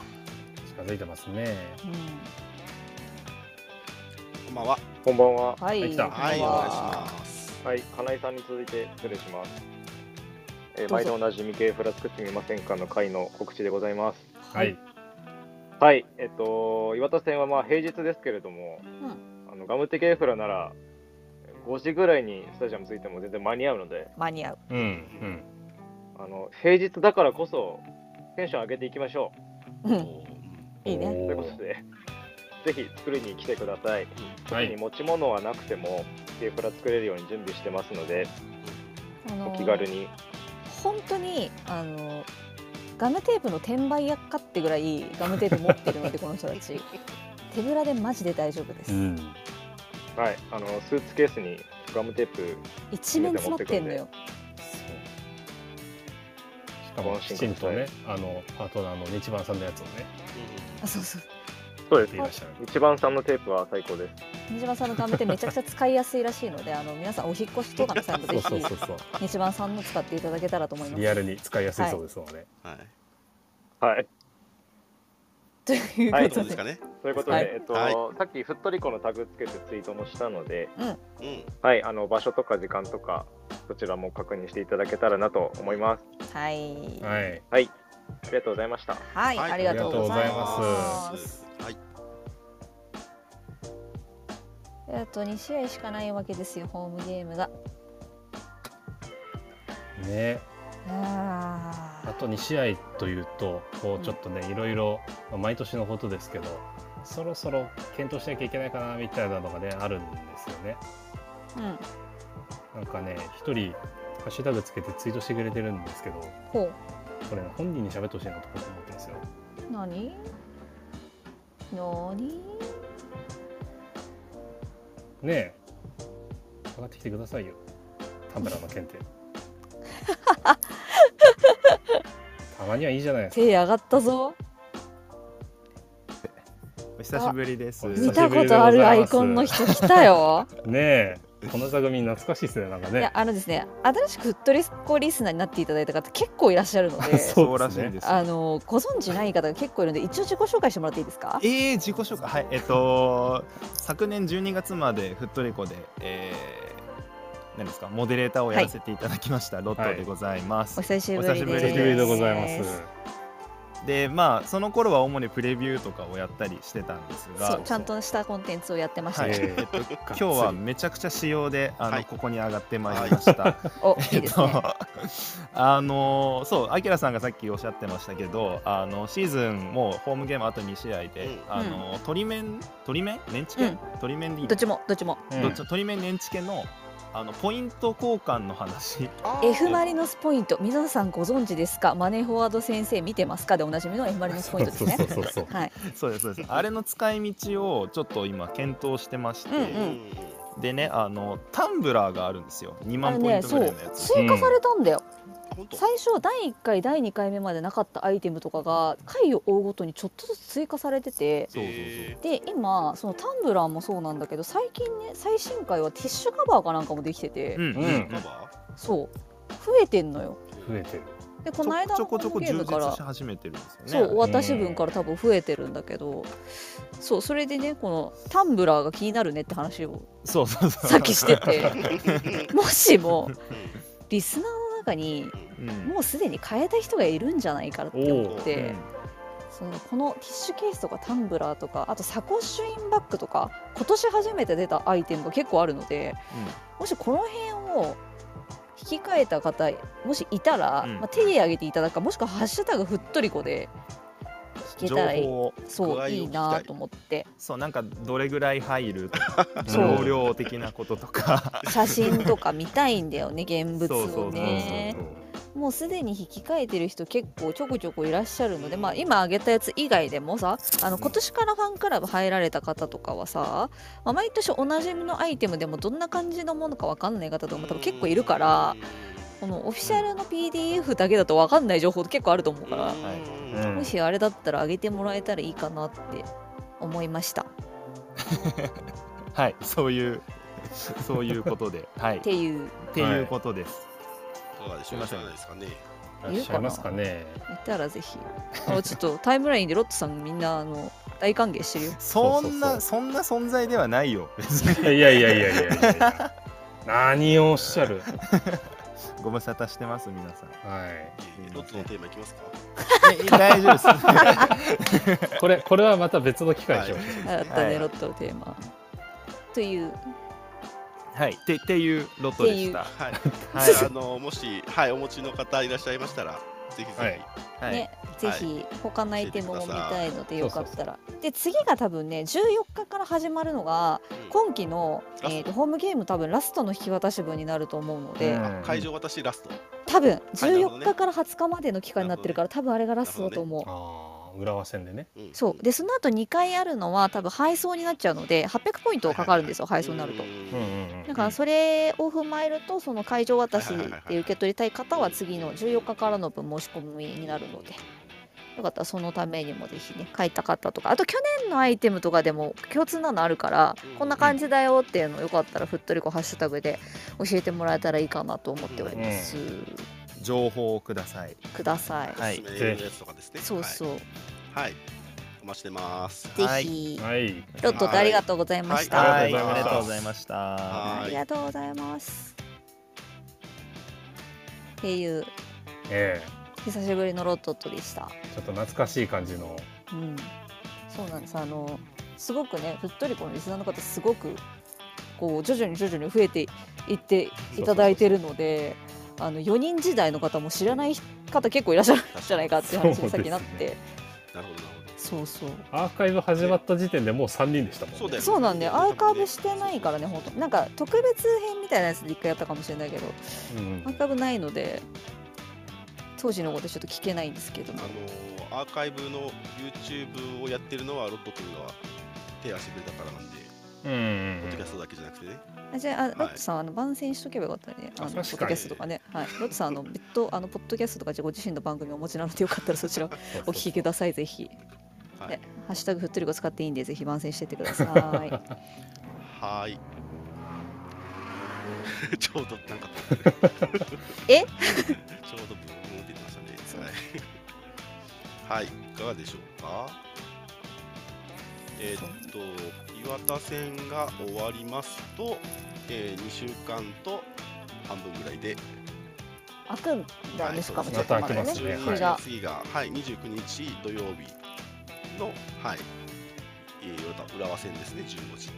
S1: 近づいてますね。
S4: うん、
S2: こんばんは。
S6: こんばんは。
S3: はい、
S1: はい来た
S2: はい、お
S3: こん
S2: 願
S3: ばんは
S2: し
S3: い
S2: ます。
S6: はい、花井さんに続いて失礼します。えー
S4: どう
S6: 毎
S4: ぞ
S6: 度おなじみ系フラ作ってみませんかの会の告知でございます。
S1: はい。
S6: はい、えっと、岩田線はまあ平日ですけれども、あのガムテ系フラなら5時ぐらいにスタジアム着いても全然間に合うので、
S3: 間に合う。
S1: うんうん。
S6: あの平日だからこそテンション上げていきましょ
S3: う
S2: お
S3: ん
S2: ー
S3: いいね。
S1: お
S6: う。と
S1: ー
S6: いうことで、ぜひ作りに来てください。
S1: は
S6: 特に
S1: い。
S6: 持ち物はなくても、系フラ作れるように準備してますので、
S3: あの
S6: お
S3: ー
S6: 気軽に。
S3: 本当にあのガムテープの転売役かってぐらいガムテープ持ってるの でこの人たち手ぶらでマジで大丈夫です、
S1: うん。
S6: はい、あのスーツケースにガムテープ
S3: 一面詰まってんのよ
S1: そう。しかもきちんとね、あのパートナーの日番さんのやつをね、
S3: あそうそう
S6: そう
S1: やっていらっしゃる。
S6: 一番さんのテープは最高です。
S3: 西島さんのガムテープめちゃくちゃ使いやすいらしいのであの皆さんお引っ越しとかの際も
S1: そ
S3: ぜ
S1: うそうそ
S3: ひ
S1: うそう。
S3: 西番さんの使っていただけたらと思います
S1: リアルに使いやすいそうですので、
S2: はい。
S6: はい。
S3: という
S6: は
S2: どういうこと
S3: ことで、
S6: い
S2: ですかね。
S6: ということで、
S3: はい
S6: えっと、
S2: はい
S6: さっきふっとりこのタグつけてツイートもしたので、
S2: うん。
S6: はい、あの場所とか時間とかどちらも確認していただけたらなと思います。
S3: はいはい、
S1: はい。
S6: ありがとうございました。
S2: はい
S3: ありがとうござい
S1: あ
S2: り
S3: ま
S2: がとうございます
S3: す
S2: はい。
S3: えっと2試合しかないわけですよホームゲームが
S1: ね、
S3: あ
S1: あと2試合というと、こうちょっとね、いろいろ、まあ毎年のことですけど、そろそろ検討しなきゃいけないかなみたいなのがね、あるんですよね。
S3: ーう
S1: な
S3: ん
S1: んかね、一人、ハッシュタグつけてツイートしてくれてるんですけど、
S3: ほ
S1: これね、本人に喋ってほしいなと僕思ってるんですよ。
S3: う何何
S1: ねえ、上がってきてくださいよ。田村の件 って。たまにはいいじゃないですか。
S3: 手上がったぞ
S7: お久しぶりです
S1: あ。
S3: 見たことあるアイコンの人来たよ
S1: ねえ、この座組懐かしいですね、なんか
S3: いや
S1: ね。
S3: あのですね新しくフットリスコリスナーになっていただいた方結構いらっしゃるので
S1: そ
S7: そう
S1: うで
S7: ら
S1: す
S7: し
S1: ね
S7: いです。
S3: あのご存知ない方が結構いるので一応自己紹介してもらっていいですか
S7: えー、自己紹介はいえっと昨年12月までフットレコで、えー、何ですかモデレーターをやらせていただきました、ロットでございます
S3: お。久しぶりです
S7: お久しぶ
S1: お
S7: り
S1: 久しぶりでございます。
S7: でまあその頃は主にプレビューとかをやったりしてたんです
S3: そ
S7: が
S3: うちゃんとしたコンテンツをやってました、
S7: はい、
S1: えー
S7: えっと今日はめちゃくちゃ仕様であの、
S2: はい
S7: ここに上がってまいりました。
S3: おい
S7: え
S3: い
S7: っ
S3: ですね
S7: と、 あのそう、アキラさんがさっきおっしゃってましたけど、あのシーズンもうホームゲームあと2試合で、
S2: うん
S7: あの鳥面、鳥面、メンチケ、
S3: うん
S7: 鳥面でいい
S3: ど
S7: の
S3: っちもどっちも、
S1: うん
S7: どっちも鳥面メンチケのあのポイント交換の話、
S3: F マリノスポイント皆さんご存知ですかマネーフォワード先生見てますかでおなじみの F マリノスポイントですね
S1: そうそうそうそう。
S3: はい
S7: そうですそうです。あれの使い道をちょっと今検討してまして、
S3: うん
S2: う
S3: うん
S2: ん。
S7: でね、あのタンブラーがあるんですよ。2
S3: あの
S7: 万ポイ
S3: ね
S7: ント
S3: そ
S7: ぐらいうのやつ。
S3: 追加されたんだよ、
S2: あ本当。
S3: 最初第1回第2回目までなかったアイテムとかが回を追うごとにちょっとずつ追加されてて
S7: そうそうそう
S2: え
S3: で今そのタンブラーもそうなんだけど最近ね最新回はティッシュカバーかなんかもできてて、
S7: うんうんう
S2: ー
S7: ん
S2: カ。バ
S3: そう増えてんのよ
S2: ー
S1: 増えてる。
S3: でこの間
S7: ち
S3: の
S7: ょこちょこ
S3: ゲ
S7: 充
S3: ームか
S7: 実し
S3: ら、
S7: 始めてるんですよね。
S3: そうお渡し分から多分増えてるんだけどそうそれでねこのタンブラーが気になるねって話を
S7: そうそうそう。
S3: さっきして てもしもリスナーの中に
S7: うん
S3: もうすでに変えた人がいるんじゃないかって思っ
S2: う
S3: て。そのこのティッシュケースとかタンブラーとかあとサコッシュインバッグとか今年初めて出たアイテムが結構あるのでもしこの辺を引き換えた方もしいたら、
S7: うん
S3: まあ、手に挙げていただくかもしくは「ハッシュタグふっとりこ」で聞け
S7: 情
S3: たらいい
S7: 報を
S2: 具合
S3: そ
S2: を
S3: ういい
S2: 聞き
S3: な
S2: たい
S3: と思って
S7: そうなんかどれぐらい入るとか
S3: そう
S7: 容量的なこととか
S3: 写真とか見たいんだよね現物
S7: そうそ
S3: を
S7: うそう
S3: ね
S7: そ
S3: もうすでに引き換えてる人結構ちょこちょこいらっしゃるので、まあ、今挙げたやつ以外でもさあの今年からファンクラブ入られた方とかはさ、まあ、毎年おなじみのアイテムでもどんな感じのものか分かんない方とかも多分結構いるから。このオフィシャルの PDF だけだと分かんない情報結構あると思う
S2: うん
S3: から。
S1: う
S2: うん
S1: ん
S3: もしあれだったら上げてもらえたらいいかなって思いました。っ
S7: はいそういうそういうことではいって
S3: いう
S7: ていうことです、
S2: いかがでしょう。知らないですかね。
S1: いらっしゃいますかね。
S3: いたらぜひ。あちょっとタイムラインでロットさんみんなあの大歓迎してるよ。
S7: そん
S1: そ
S7: なそんな存在ではないよ 別
S1: い
S7: に
S1: やいやいやいやいやいや。何をおっしゃる。
S7: ご無沙汰してます皆 さん
S1: はい。
S2: えーロットのテーマいきますか
S7: え大丈夫です
S1: これこれはまた別の機会にしましょ
S3: あやったね、
S7: はい
S3: ロットのテーマ。という。
S7: はいってっていうロットでした
S2: はい、
S7: はい
S2: あのもし、はい、お持ちの方いらっしゃいましたらぜひぜひ、
S1: はい
S7: は い、
S3: ね、ぜひ他のアイテムも見たいのでよかったら。で次が多分ね14日から始まるのが
S2: うん
S3: 今期の、
S2: ラスト
S3: えー、とホームゲーム多分ラストの引き渡し分になると思うの
S1: う。
S3: で、
S1: うん
S2: 会場私ラスト
S3: 多分
S2: なるほど
S3: 14
S2: ね
S3: 日から20日までの期間になってるから多分あれがラストだと思う。
S1: ああ浦和戦でね。
S2: ん
S3: そうでその後2回あるのは多分配送になっちゃうので800ポイントかかるんですよ配送になると
S2: う。ん
S1: うんうんうん。
S3: だからそれを踏まえるとその会場渡しで受け取りたい方は次の14日からの分申し込みになるのでよかったらそのためにもぜひね買いたかったとかあと去年のアイテムとかでも共通なのあるからこんな感じだよっていうのよかったらふっとりこハッシュタグで教えてもらえたらいいかなと思っております。
S7: 情報をください
S3: ください。
S7: はい
S2: おすすめのやつとかですね
S3: そうそう、
S2: はい、はいお待ちしてます
S7: はい
S3: ぜひ、
S1: はい。
S3: ロットってありがとうございました。
S2: は
S7: はいい
S2: あ
S7: あ
S2: り
S7: り
S2: が
S7: が
S2: と
S7: と
S2: う
S7: う
S2: ご
S7: ご
S2: ざ
S7: ざ
S2: い
S7: い
S2: ま
S7: ました
S2: はい
S3: ありがとうございます。っていう
S1: え
S3: 久しぶりのロットットでした。
S1: えちょっと懐かしい感じの。
S3: うん、そうなんです。あのすごくね、ふっとりこのリスナーの方すごくこう徐々に徐々に増えていっていただいてるので、あの4人時代の方も知らない方結構いらっしゃるんじゃないかっていう
S1: そうで
S3: 話に
S1: すね
S3: 先になって、
S2: なるほどなるほ
S3: そうそう。
S1: アーカイブ始まった時点でもう三人でしたもんね。
S2: そうだよ
S3: そうなんでアーカイブしてないからね、本当なんか特別編みたいなやつで一回やったかもしれないけど、
S1: うん
S3: アーカイブないので当時のことちょっと聞けないんですけども
S2: どあのーアーカイブの YouTube をやってるのはロット君が手足ぶれだからなんで
S1: うんうん
S2: ポ
S1: う
S2: ッドキャ
S1: ん。
S2: ストだけじゃなくてね
S3: あじゃああロッチさん、あの番宣しとけばよかったねあの
S1: 確
S3: ポ
S1: かに
S3: ッドキャストとかね、はい、ロッチさんあの別途あのポッドキャストとかじゃあご自身の番組をお持ちなのでよかったら そちらお聞きくださいぜひ、
S2: は
S3: で
S2: い
S3: ハッシュタグふっとりこ使っていいんでぜひ番宣してってくださ
S2: はーい ちょうどなんか
S3: いえ
S2: ちょうど僕も出てました
S3: そう
S2: ね。はい。はい、 いかがでしょうか。えーっと、岩田戦が終わりますと、え2週間と半分ぐらいで、
S3: 開くんだね
S2: い
S3: しかもちょ
S1: ま
S3: っと
S1: た
S3: ま
S1: 開
S3: だ
S1: け
S3: ね
S1: ますね
S3: 日
S1: は
S3: が、
S1: い
S2: はい、次が、はい、29日土曜日の、はい、えー、岩田浦和戦ですね、15時。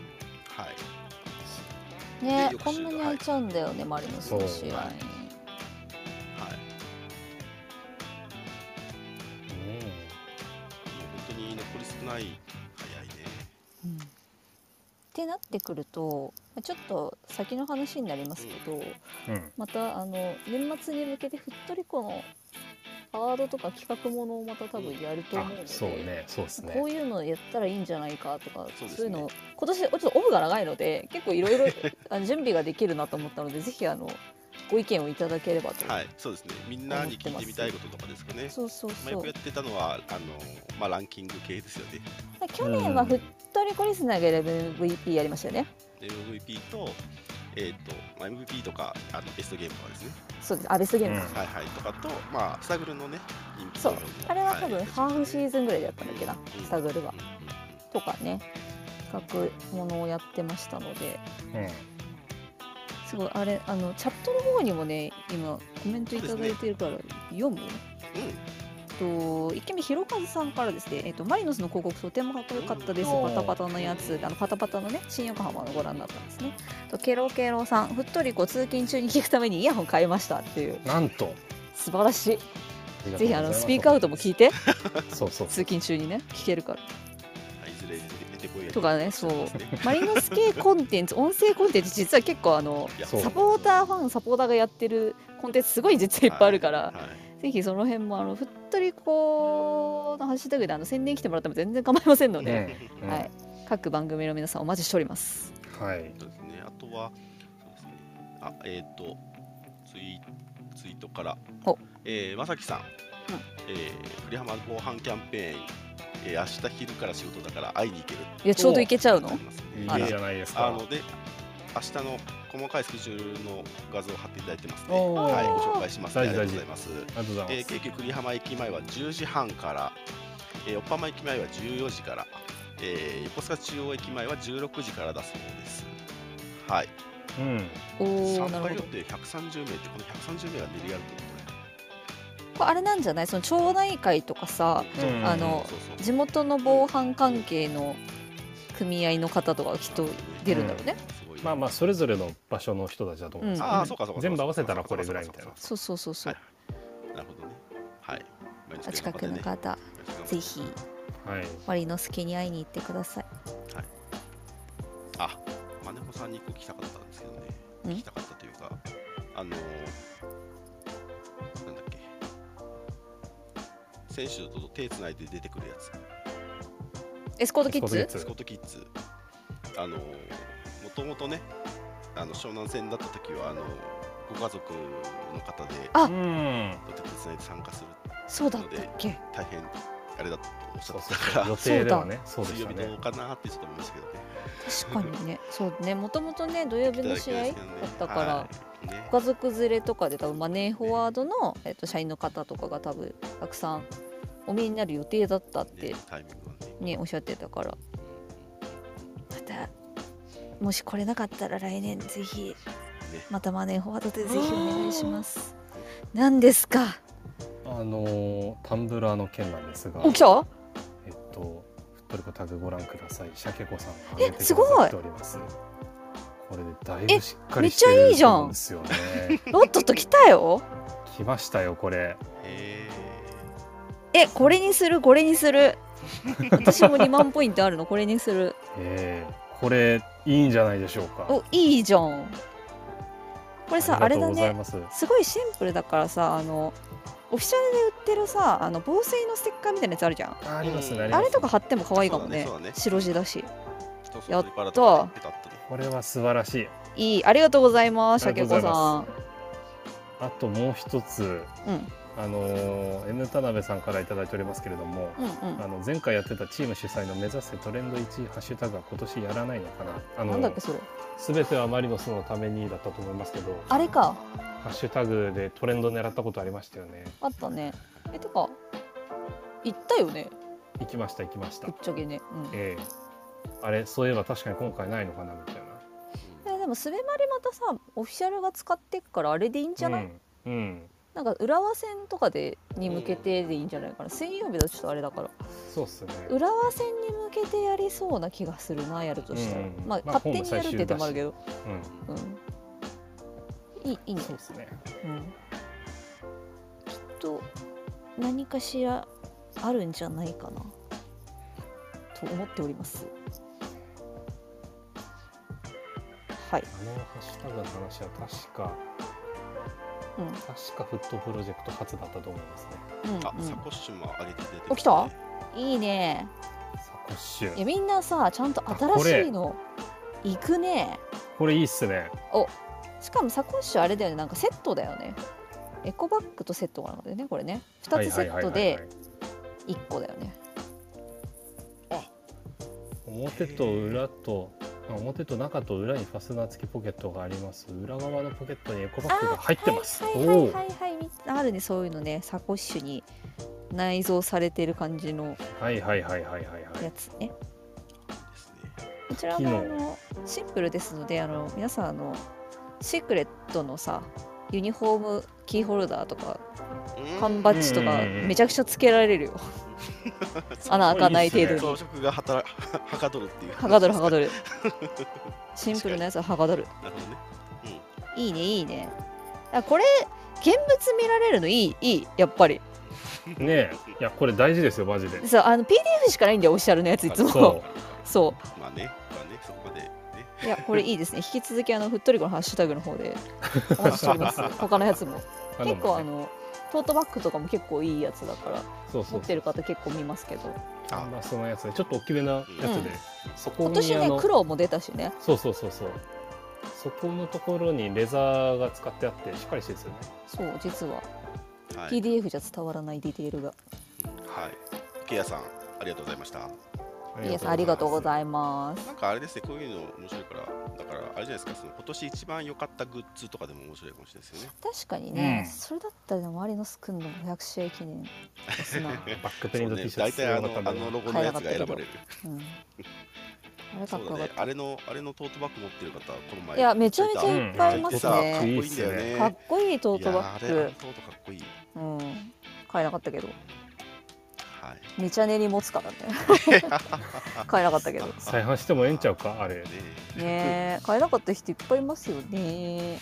S2: はい。
S3: ね
S2: で翌週
S3: こんなに開いちゃうんだよね、マリノスの試合、
S1: そう
S2: はい。もう本当に残り少ない、早いね。
S3: うんってなってくるとちょっと先の話になりますけど、
S1: うんうん。
S3: またあの年末に向けてふっとりこのアワードとか企画ものをまた多分やると思
S1: あ
S3: うので、
S1: そうねそうです
S3: こう
S1: ね。
S3: いうのやったらいいんじゃないかとかそ,、
S2: そううですね
S3: いうのを今年ちょっとオフが長いので結構いろいろあの準備ができるなと思っ たのでぜひあのご意見をいただければと、
S2: はい、そうですね。みんなに聞いてみたいこととかですかね。
S3: そうそう
S2: まあ、
S3: そ
S2: よ
S3: う
S2: くやってたのはあの、まあ、ランキング系ですよね
S3: 去年はふっとりこリスナーが選ぶ MVP やりましたよね
S2: MVP と,、えーとまあ、MVP とかあのベストゲームとかですね、
S3: そうですアベスゲームか、
S1: うん
S2: はいはい、とかと、まあ、スタグルのね人気
S3: そう
S2: 投票も
S3: あれはい多分ハーフシーズンぐらいだったんだっけな
S2: うん
S3: スタグルは
S2: うんうん
S3: とかね企画ものをやってましたので
S1: うん。
S3: すごいあれあのチャットの方にもね今コメントいただいてるから、読
S2: う
S3: む
S2: ん
S3: と一軒目ひろかずさんからですね、えっと、マリノスの広告とてもかっこよかったです、
S1: うん
S3: パタパタのやつあのパタパタのね新横浜のご覧になったんですねとケロケロさんふっとりこう通勤中に聞くためにイヤホン買いましたっていう
S1: なんと。
S3: 素晴らしい
S1: りがとうござ
S3: ぜ
S1: い
S3: ひ
S1: ます
S3: あのスピークアウトも聞いて
S1: そうそう
S3: 通勤中にね聞けるから
S2: はい、いずれ出てこいや
S3: とかねそう
S2: ですね
S3: マリノス系コンテンツ音声コンテンツ実は結構あの
S2: いや
S1: そう
S3: サポーターファンサポーターがやってるコンテンツすごい実はいっぱいあるから、
S2: はいはい
S3: ぜひその辺もあのふっとりこのハッシュタグであの宣伝来てもらっても全然構いませんの
S1: う。
S3: で、
S1: ね。うん
S3: はい。、各番組の皆さんお待ちしております。
S1: はい。
S2: そうですねあとはそうですねあえっ、とツイツイートから
S3: お
S2: えーまさきさん、えー栗浜防犯キャンペーン、えー明日昼から仕事だから会いに行ける
S3: いやちょうどいけちゃうの
S2: ありますね
S1: いいじゃないです
S2: あ
S1: か
S2: の。で明日の細かいスケジュールの画像を貼っていただいてますね。
S1: おー
S2: はい、ご紹介します、ね。あ
S1: 大
S2: り
S1: 事大事
S2: がとうございます。
S1: ありがとうございま
S2: えー、
S1: す
S2: 京急栗浜駅前は10時半から、えー、横浜駅前は14時から、えー、横須賀中央駅前は16時からだそうです。はい、
S1: うん
S3: おお
S2: 参
S3: な
S2: 加
S3: るほ
S2: 予
S3: ど
S2: 定130名って、この130名は練り歩くって
S3: これあれなんじゃないその町内会とかさ
S2: ことね。
S1: うん
S3: あの
S2: そうそう
S3: 地元の防犯関係の組合の方とかがきっと出るんだろうね、
S2: すごいね
S1: まあまあそれぞれの場所の人たちだと思うんですけど、
S3: ん
S2: ああ、そうかそうかそうか。
S1: 全部合わせたらこれぐらいみたいな
S3: そうそうそうそう、
S2: はいなるほどね。はい。毎日
S3: あ近くの
S2: ね
S3: 方、ぜひ
S1: はい
S3: マリノスケに会いに行ってください
S2: あ、マネホさんに一個聞きたかったんですけどね。
S3: ん
S2: 聞きたかったというか、あのー、なんだっけ。選手と手つないで出てくるやつ、
S3: エスコートキッ
S1: エスコートキッ
S3: ズ
S1: ズ
S2: スコットキッズ。あのー、もともとね、あの湘南戦だった時は、あのー、ご家族の方で、
S3: あ
S1: うん
S2: 手つないで参加する、
S3: そうだったっけ
S2: 大変あれだとおっし
S1: そ
S2: ゃ
S1: う
S2: っ
S1: そ
S2: てた
S1: う
S2: から、
S1: 予定ではねそうでし
S2: 水曜
S1: た
S2: 日
S1: ね
S2: どうかなってちょっと思いましたけどね。
S3: 確かにねそうねもともとね土曜日の試合だったから、
S2: はいね
S3: ご家族連れとかで多分マネーフォワードの、えっと、社員の方とかが多分たくさんお見えになる予定だったって
S2: ねタイミングはね。
S3: ねおっしゃってたからまたもし来れなかったら来年ぜひまたマネーフォワードでぜひお願いします何ですか
S1: あのータンブラーの件なんですが
S3: お来た
S1: えっとフットリコタグご覧くださいシャケ子さんが
S3: え
S1: 上げて
S3: す
S1: く
S3: ごい
S1: ださっておりますこれでだいぶしっか
S3: え
S1: りしてる
S3: めっちゃいいじゃん
S1: と思うんですよね
S3: ロットと来たよ
S1: 来ましたよこれ
S2: へ
S3: えこれにするこれにする 私も2万ポイントあるのこれにする
S1: えー、これいいんじゃないでしょうか
S3: おいいじゃんこれさあ
S1: り
S3: れ
S1: がとうご
S3: だ
S1: ざい
S3: ね
S1: ます
S3: すごいシンプルだからさあのオフィシャルで売ってるさあの防水のステッカーみたいなやつあるじゃん
S1: ありますね
S2: うん
S1: あり
S3: あ
S1: ま
S3: れ
S1: す
S3: とか貼っても可愛いかもね
S2: そうだねそうだね
S3: 白地だし
S2: ーそうそう
S3: やっ
S2: 鳥パラ
S3: と
S2: ペタッとね
S1: これは素晴らしい
S3: いいありがとうございますシ
S1: あ
S3: ャ
S1: り
S3: ケ
S1: が
S3: 子
S1: とうござい
S3: さ
S1: ま
S3: ん
S1: あともう一つ
S3: うん
S1: あのー N 田辺さんから頂いておりますけれども、
S3: うんうん
S1: あの前回やってたチーム主催の目指せトレンド1位ハッシュタグは今年やらないのかなあ
S3: なんだっ
S1: の
S3: けそれ
S1: 全てはマリノスのためにだったと思いますけど
S3: あれか
S1: ハッシュタグでトレンド狙ったことありましたよね
S3: あったねえてか行ったよね
S1: 行きました行きました
S3: ぶっちゃけね、うん、
S1: ええあれそういえば確かに今回ないのかなみたいな
S3: えでもスベマリまたさオフィシャルが使ってっからあれでいいんじゃない、
S1: うん、うん、
S3: なんか浦和戦とかでに向けてでいいんじゃないかな水曜日だとちょっとあれだから
S1: そうっすね
S3: 浦和戦に向けてやりそうな気がするなやるとしたら、
S1: うんうん
S3: まあ、
S1: まあ
S3: 勝手にやるって言ってもあるけど、
S1: う
S3: うん、いいいい
S1: ん
S3: ね
S1: そうっすね
S3: うん、きっと何かしらあるんじゃないかなと思っておりますはい
S1: あのハッシュタグの話は確か、
S3: うん
S1: 確かフットプロジェクト初だったと思いますね
S2: あ、
S3: うん
S2: サコッシュも上げて出てますね
S3: お来たうん、いいね
S1: サコッシ
S3: いや
S1: ュ
S3: みんなさちゃんと
S1: あこ
S3: 新
S1: れ
S3: しいの行くね
S1: これいいっすね
S3: しかもサコッシュあれだよねなんかセットだよねエコバッグとセットがなんだよねこれね2つセット
S1: はいはいはいは
S3: で
S1: い
S3: 1個だよね
S1: 表と裏とあ表と中と裏にファスナー付きポケットがあります裏側のポケットにエコバッグが入ってます
S3: はいはいはいはいはいあるねそういうのねサコッシュに内蔵されてる感じの
S1: おーはいはいはいはいはいは
S3: や
S1: い
S3: つね、
S2: ですね。
S3: こちら
S1: 機
S3: が
S1: 能
S3: あのシンプルですのであの皆さんあのシークレットのさユニフォームキーホルダーとか
S2: うん
S3: 缶バッジとか
S1: うんうんうんうん
S3: めちゃくちゃつけられるよ穴開かない程度に
S2: 装飾がはたらはかどるっていう。
S3: はかどるはか
S2: ど
S3: どるシンプルなやつははかどる
S2: る。なるほどね。
S3: いいねいいねあこれ現物見られるのいいいいやっぱり
S1: ねえいやこれ大事ですよマジで
S3: そうあの PDF しかないんだよオフィシャルのやついつも
S1: そ
S3: そう
S2: まあね、まあね、そこまでね。
S3: いや、これいいですね。引き続き、あの、ふっとりこのハッシュタグの方でお待ちしております。他のやつも。
S1: う
S3: 結構、あ
S1: なのでね
S3: の、トートバッグとかも結構いいやつだから、
S1: そうそ
S3: 持
S1: う
S3: ってる方結構見ますけど。
S1: キャンバスのやつでちょっと大きめなやつで、
S3: うん
S1: そこ
S3: 今
S1: に
S3: 年
S1: あ
S3: ね
S1: の、
S3: 黒も出たしね。
S1: そうそうそうそうそこのところにレザーが使ってあってしっかりしてるんですよね
S3: そう、実は。
S2: はい。
S3: PDF じゃ伝わらないディテールが。
S2: はい。ケイヤさん、ありがとうございました。
S1: あ
S3: イエスありがとうご
S7: い
S3: ざいます
S2: なんかあれですね、こういうの面白いから、だからあれじゃないですか、その今年一番良かったグッズとかでも面白いかもしれないですよね。
S3: 確かにね、
S1: うん
S3: それだったら周りのスクンの500試合記念押すな、
S1: バックプリント T シ
S2: そ
S1: ャ
S2: うね大
S1: ツ
S2: 体あ
S1: 強かっ
S2: の
S1: た
S2: あ
S1: んだよ
S2: の
S1: な
S2: ロゴのやつが選ばれる。
S3: うん、あれか
S2: そ
S3: っ
S2: う
S3: こよ
S2: だね
S3: かっ。た、
S2: あれのあれのトートバッグ持ってる方、この前
S3: いやめちゃめちゃ
S2: 言っ
S3: いっぱいいます
S2: てたかっこい
S3: ね、
S2: いんだよね。
S3: かっこいいトートバ
S2: いやあれあ
S3: ッ
S2: のトートかっこいい。
S3: グ、うん、買えなかったけど
S2: はい。
S3: めちゃねに持 つからね買えなかったけどね
S1: 再販してもええんちゃうかあれ
S2: ね
S3: え買えなかった人いっぱいいますよね、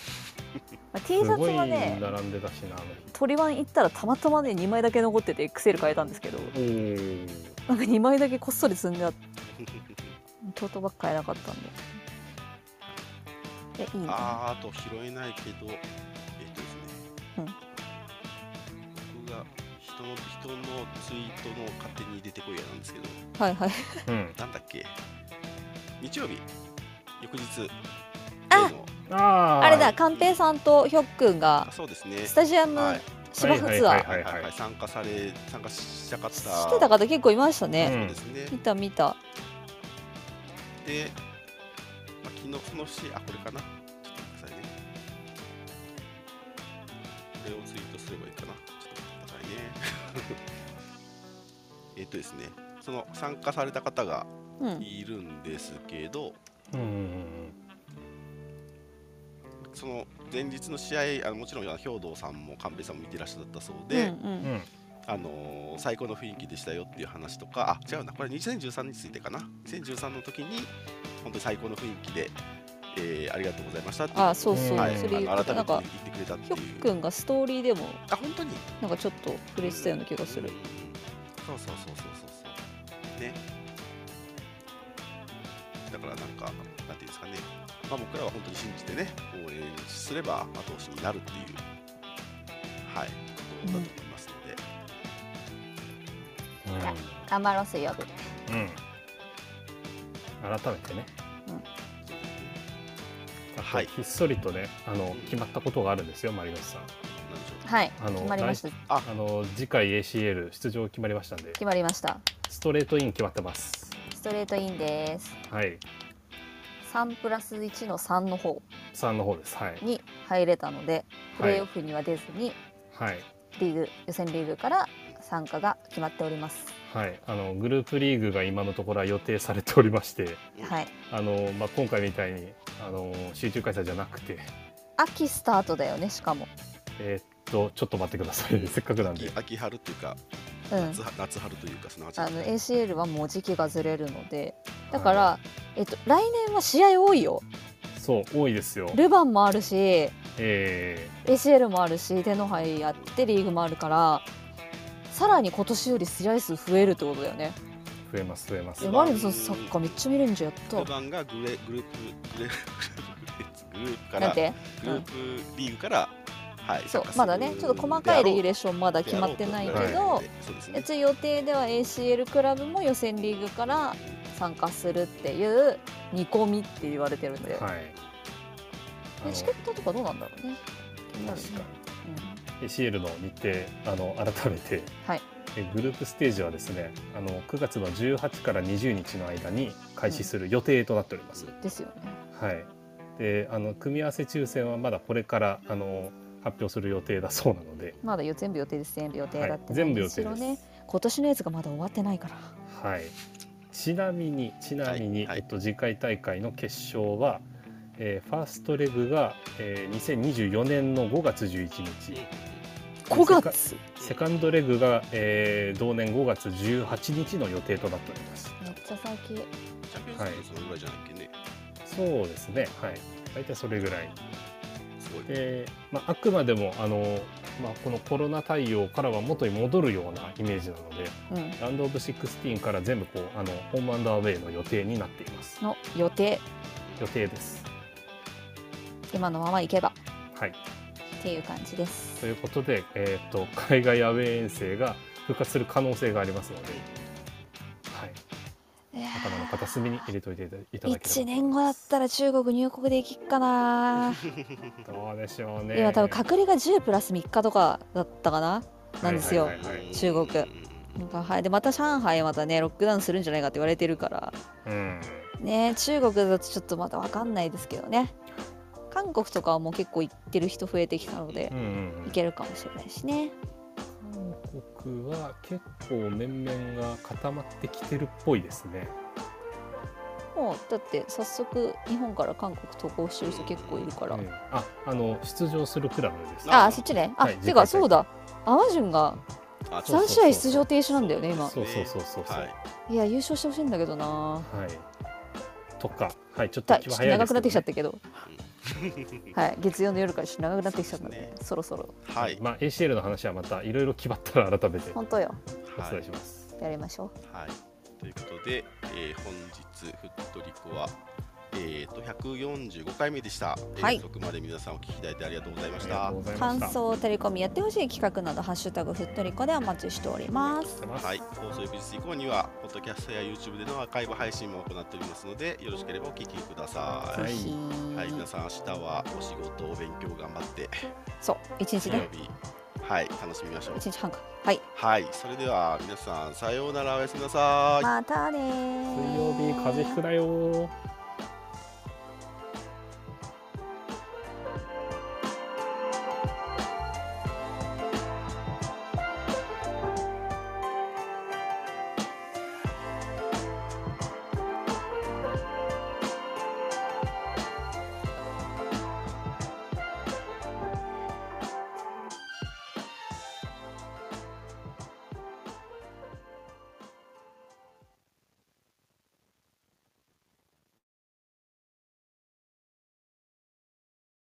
S3: まあ、T シ
S1: す
S3: ャツ
S1: ごい
S3: はね
S1: 並んでたしなあの
S3: トリワン行ったらたまたまね2枚だけ残ってて XL 買えたんですけど
S1: 日おー
S3: なんか2枚だけこっそり積んで あってトートバッグ買えなかったんでいやいいな
S2: あーあと拾えないけど、えっとですね。
S3: うん
S2: 僕が人の人のツイートの勝手に出てこいやなんですけど、
S3: はいはい
S1: うん
S2: なんだっけ。日曜日翌日。
S3: あ
S2: 例の
S1: ああ
S3: あれだ寛平さんとひょっくんが
S2: あそうですね。
S3: スタジアム
S2: はい
S3: 芝生ツア
S1: はい
S3: ー
S1: はいはいはい
S2: 参加され参加したかった
S3: してた方結構いました
S1: う
S3: ね、
S1: ん
S2: ですね、
S3: 見た見た
S2: で、まあ、昨日そのしあこれかなちょっと待ってくださいねこれをツイートすればいいかなちょっと待ってくださいね えっとですねその参加された方が
S3: うん
S2: いるんですけど、
S1: うんうん
S2: その前日の試合あのもちろんあの兵藤さんも神戸さんも見てらっしゃったそう
S3: うんう
S2: で、
S1: うんん
S2: あのー最高の雰囲気でしたよっていう話とかあ違うなこれ2013についてかな2013の時に本当に最高の雰囲気で、えーありがとうございましたっていう
S3: あそうそう、
S2: はい、
S3: それ言
S2: あの
S3: ってた
S2: 改
S3: な
S2: め
S3: ん
S2: て言って
S3: か
S2: くれたって
S3: ひょっ
S2: いう
S3: くんがストーリーでも
S2: あ本当に
S3: なんかちょっと触れてたような気がする
S2: うんそうそうそうそうそうそうねだからなんかなんていうんですかねまあ僕らは本当に信じてね応援すれば後押しになるっていうはいことだと思いますので、
S4: 頑張ろう水曜日
S1: うんうん改めてね
S2: はい
S1: ひっそりとねあの
S2: うん
S1: 決まったことがあるんですよマリノスさん
S2: なんでしょう
S4: はい
S1: あの
S4: 決まりました
S1: あの次回 ACL 出場決まりましたんで
S4: 決まりました
S1: ストレートイン決まってます
S4: ストレートインです
S1: はい
S4: 3プラス1の3の方
S1: 3の方ですはい
S4: に入れたのでプ
S1: は
S4: レー
S1: い
S4: オフには出ずに
S1: はい
S4: リーグ予選リーグから参加が決まっております
S1: はいあのグループリーグが今のところは予定されておりまして
S4: はい
S1: あの、まあ、今回みたいにあの集中開催じゃなくて、
S4: 秋スタートだよねしかも
S1: えーっとちょっと待ってください せっかくなんで
S2: 秋秋春っていうか
S4: うん
S2: 夏,、夏春というかすなわち
S4: あの ACL はもう時期がずれるのでだか
S1: は
S4: ら、えっと、来年は試合多いよ
S1: そう多いですよ
S4: ルヴァンもあるし
S1: え
S4: ACL もあるし手の杯やってリーグもあるからさらに今年より試合数増えるってことだよね
S1: ー増えます増えます
S4: え
S2: ルヴァ
S4: マ
S2: ン
S4: リノスのサッカーめっちゃ見れるんじゃんやった
S2: ルバンがグレグループグレグループか
S4: なん
S2: ら
S4: て
S2: グループリーグから、はい
S4: そう
S2: 参加する
S4: まだねちょっと細かいレギュレ
S2: で
S4: ーションまだ
S2: あろう
S4: 決まってないけ
S2: であろう
S4: ど
S2: とそうですね
S4: 一応予定では ACL クラブも予選リーグから参加するっていう見込みって言われてるんで、
S1: はいあ
S4: で
S1: の
S4: チケットとかどうなんだろうね気になるね
S1: 確かに ACL の日程あの改めて、
S4: はい
S1: えグループステージはですねあの9月の18から20日の間に開始する予定となっております、
S4: うんですよね
S1: はいであの組み合わせ抽選はまだこれからあの発表する予定だそうなので、
S4: まだよ全部予定です全部予定だ
S1: は
S4: っ
S1: い
S4: て、
S1: 全部予定
S4: む
S1: で
S4: し
S1: す、
S4: ろね今年のやつがまだ終わってないから
S1: はい。ちなみにちなみに、
S2: はいはい
S1: えっと次回大会の決勝は、えーファーストレグが、えー、2024年の5月11日、
S3: 5月
S1: セカンドレグが、えー同年5月18日の予定となっております。
S4: めっちゃ先
S2: チャンピオンズリーグそのぐらいじゃないっけね、
S1: そうですね。はい。大体それぐらい。
S2: すごい、
S1: で、まああくまでもあのまあこのコロナ対応からは元に戻るようなイメージなので、
S4: うん
S1: ランドオブシックスティーンから全部こうあのホームアンドアウェイの予定になっています。
S4: の予定
S1: 予定です。
S4: 今のまま行けば
S1: はい。
S4: っていう感じです
S1: ということで、えー、と海外アウェー遠征が復活する可能性がありますので、はい、頭の片隅に入れといていただければ
S4: 1年後だったら中国入国できっか な、
S1: どうでしょうね
S4: 今多分隔離が10プラス3日とかだったかななんですよ
S1: はいはいはいはい
S4: 中国
S2: うんうんうんうん
S3: なんかはい、でまた上海またねロックダウンするんじゃないかって言われてるから
S1: うん
S3: ね中国だとちょっとまだわかんないですけどね韓国とかはもう結構行ってる人増えてきたので
S1: うんうんう
S3: 行
S1: ん
S3: けるかもしれないしね
S1: 韓国は結構面々が固まってきてるっぽいですね
S3: もうだって早速日本から韓国渡航してる人結構いるから、
S1: うんああの出場するクラブです
S3: ああそっちねあ、
S1: はい
S3: てか
S1: 次回
S3: そうだアマジュンが
S2: あ
S1: そう
S3: 3試合出場停止なんだよね今
S1: そうそうそうそうそう
S2: はい
S3: いや優勝してほしいんだけどな
S1: はいとかはいちょっと
S3: だ
S1: 気
S3: ちょ
S1: は
S3: っ
S1: 早
S3: と
S1: いで
S3: 長
S1: すけ
S3: く
S1: ど
S3: なってきちゃっ
S1: ね
S3: たけど、はい、月曜の夜からちょっと長くなってきちゃったので
S2: そうです
S3: そろそろ
S2: はい
S1: まあ ACL の話はまたいろいろ決まったら改めてお
S3: 本当よ
S1: 伝えします、
S3: やりましょう
S2: はい、ということで、えー本日「ふっとりこは」えー、と145回目でした、えー
S3: はい
S2: 遅くまで皆さんお聞きいただいてありがとうございまし
S1: あ
S2: た
S1: りがとう。ございまし
S3: 感
S1: た
S3: 想テレコミやってほしい企画など「ハッシュタグふっとりこ」でお待ちしております
S2: はい、放送翌日以降には、ポッドキャストや YouTube でのアーカイブ配信も行っておりますので、よろしければお聞きくださ
S1: は
S3: ぜ
S1: い
S3: ひ、
S2: い。はい、皆さん、明日はお仕事、お勉強頑張って、
S3: そう一日
S2: 金
S3: ね
S2: 曜日、はい、楽しみましょう。
S3: 一日半かはい
S2: はい、それでは皆さん、さようなら、おやすみなさい。
S3: またね
S1: 水
S3: ー
S1: 曜日風邪ひくなよー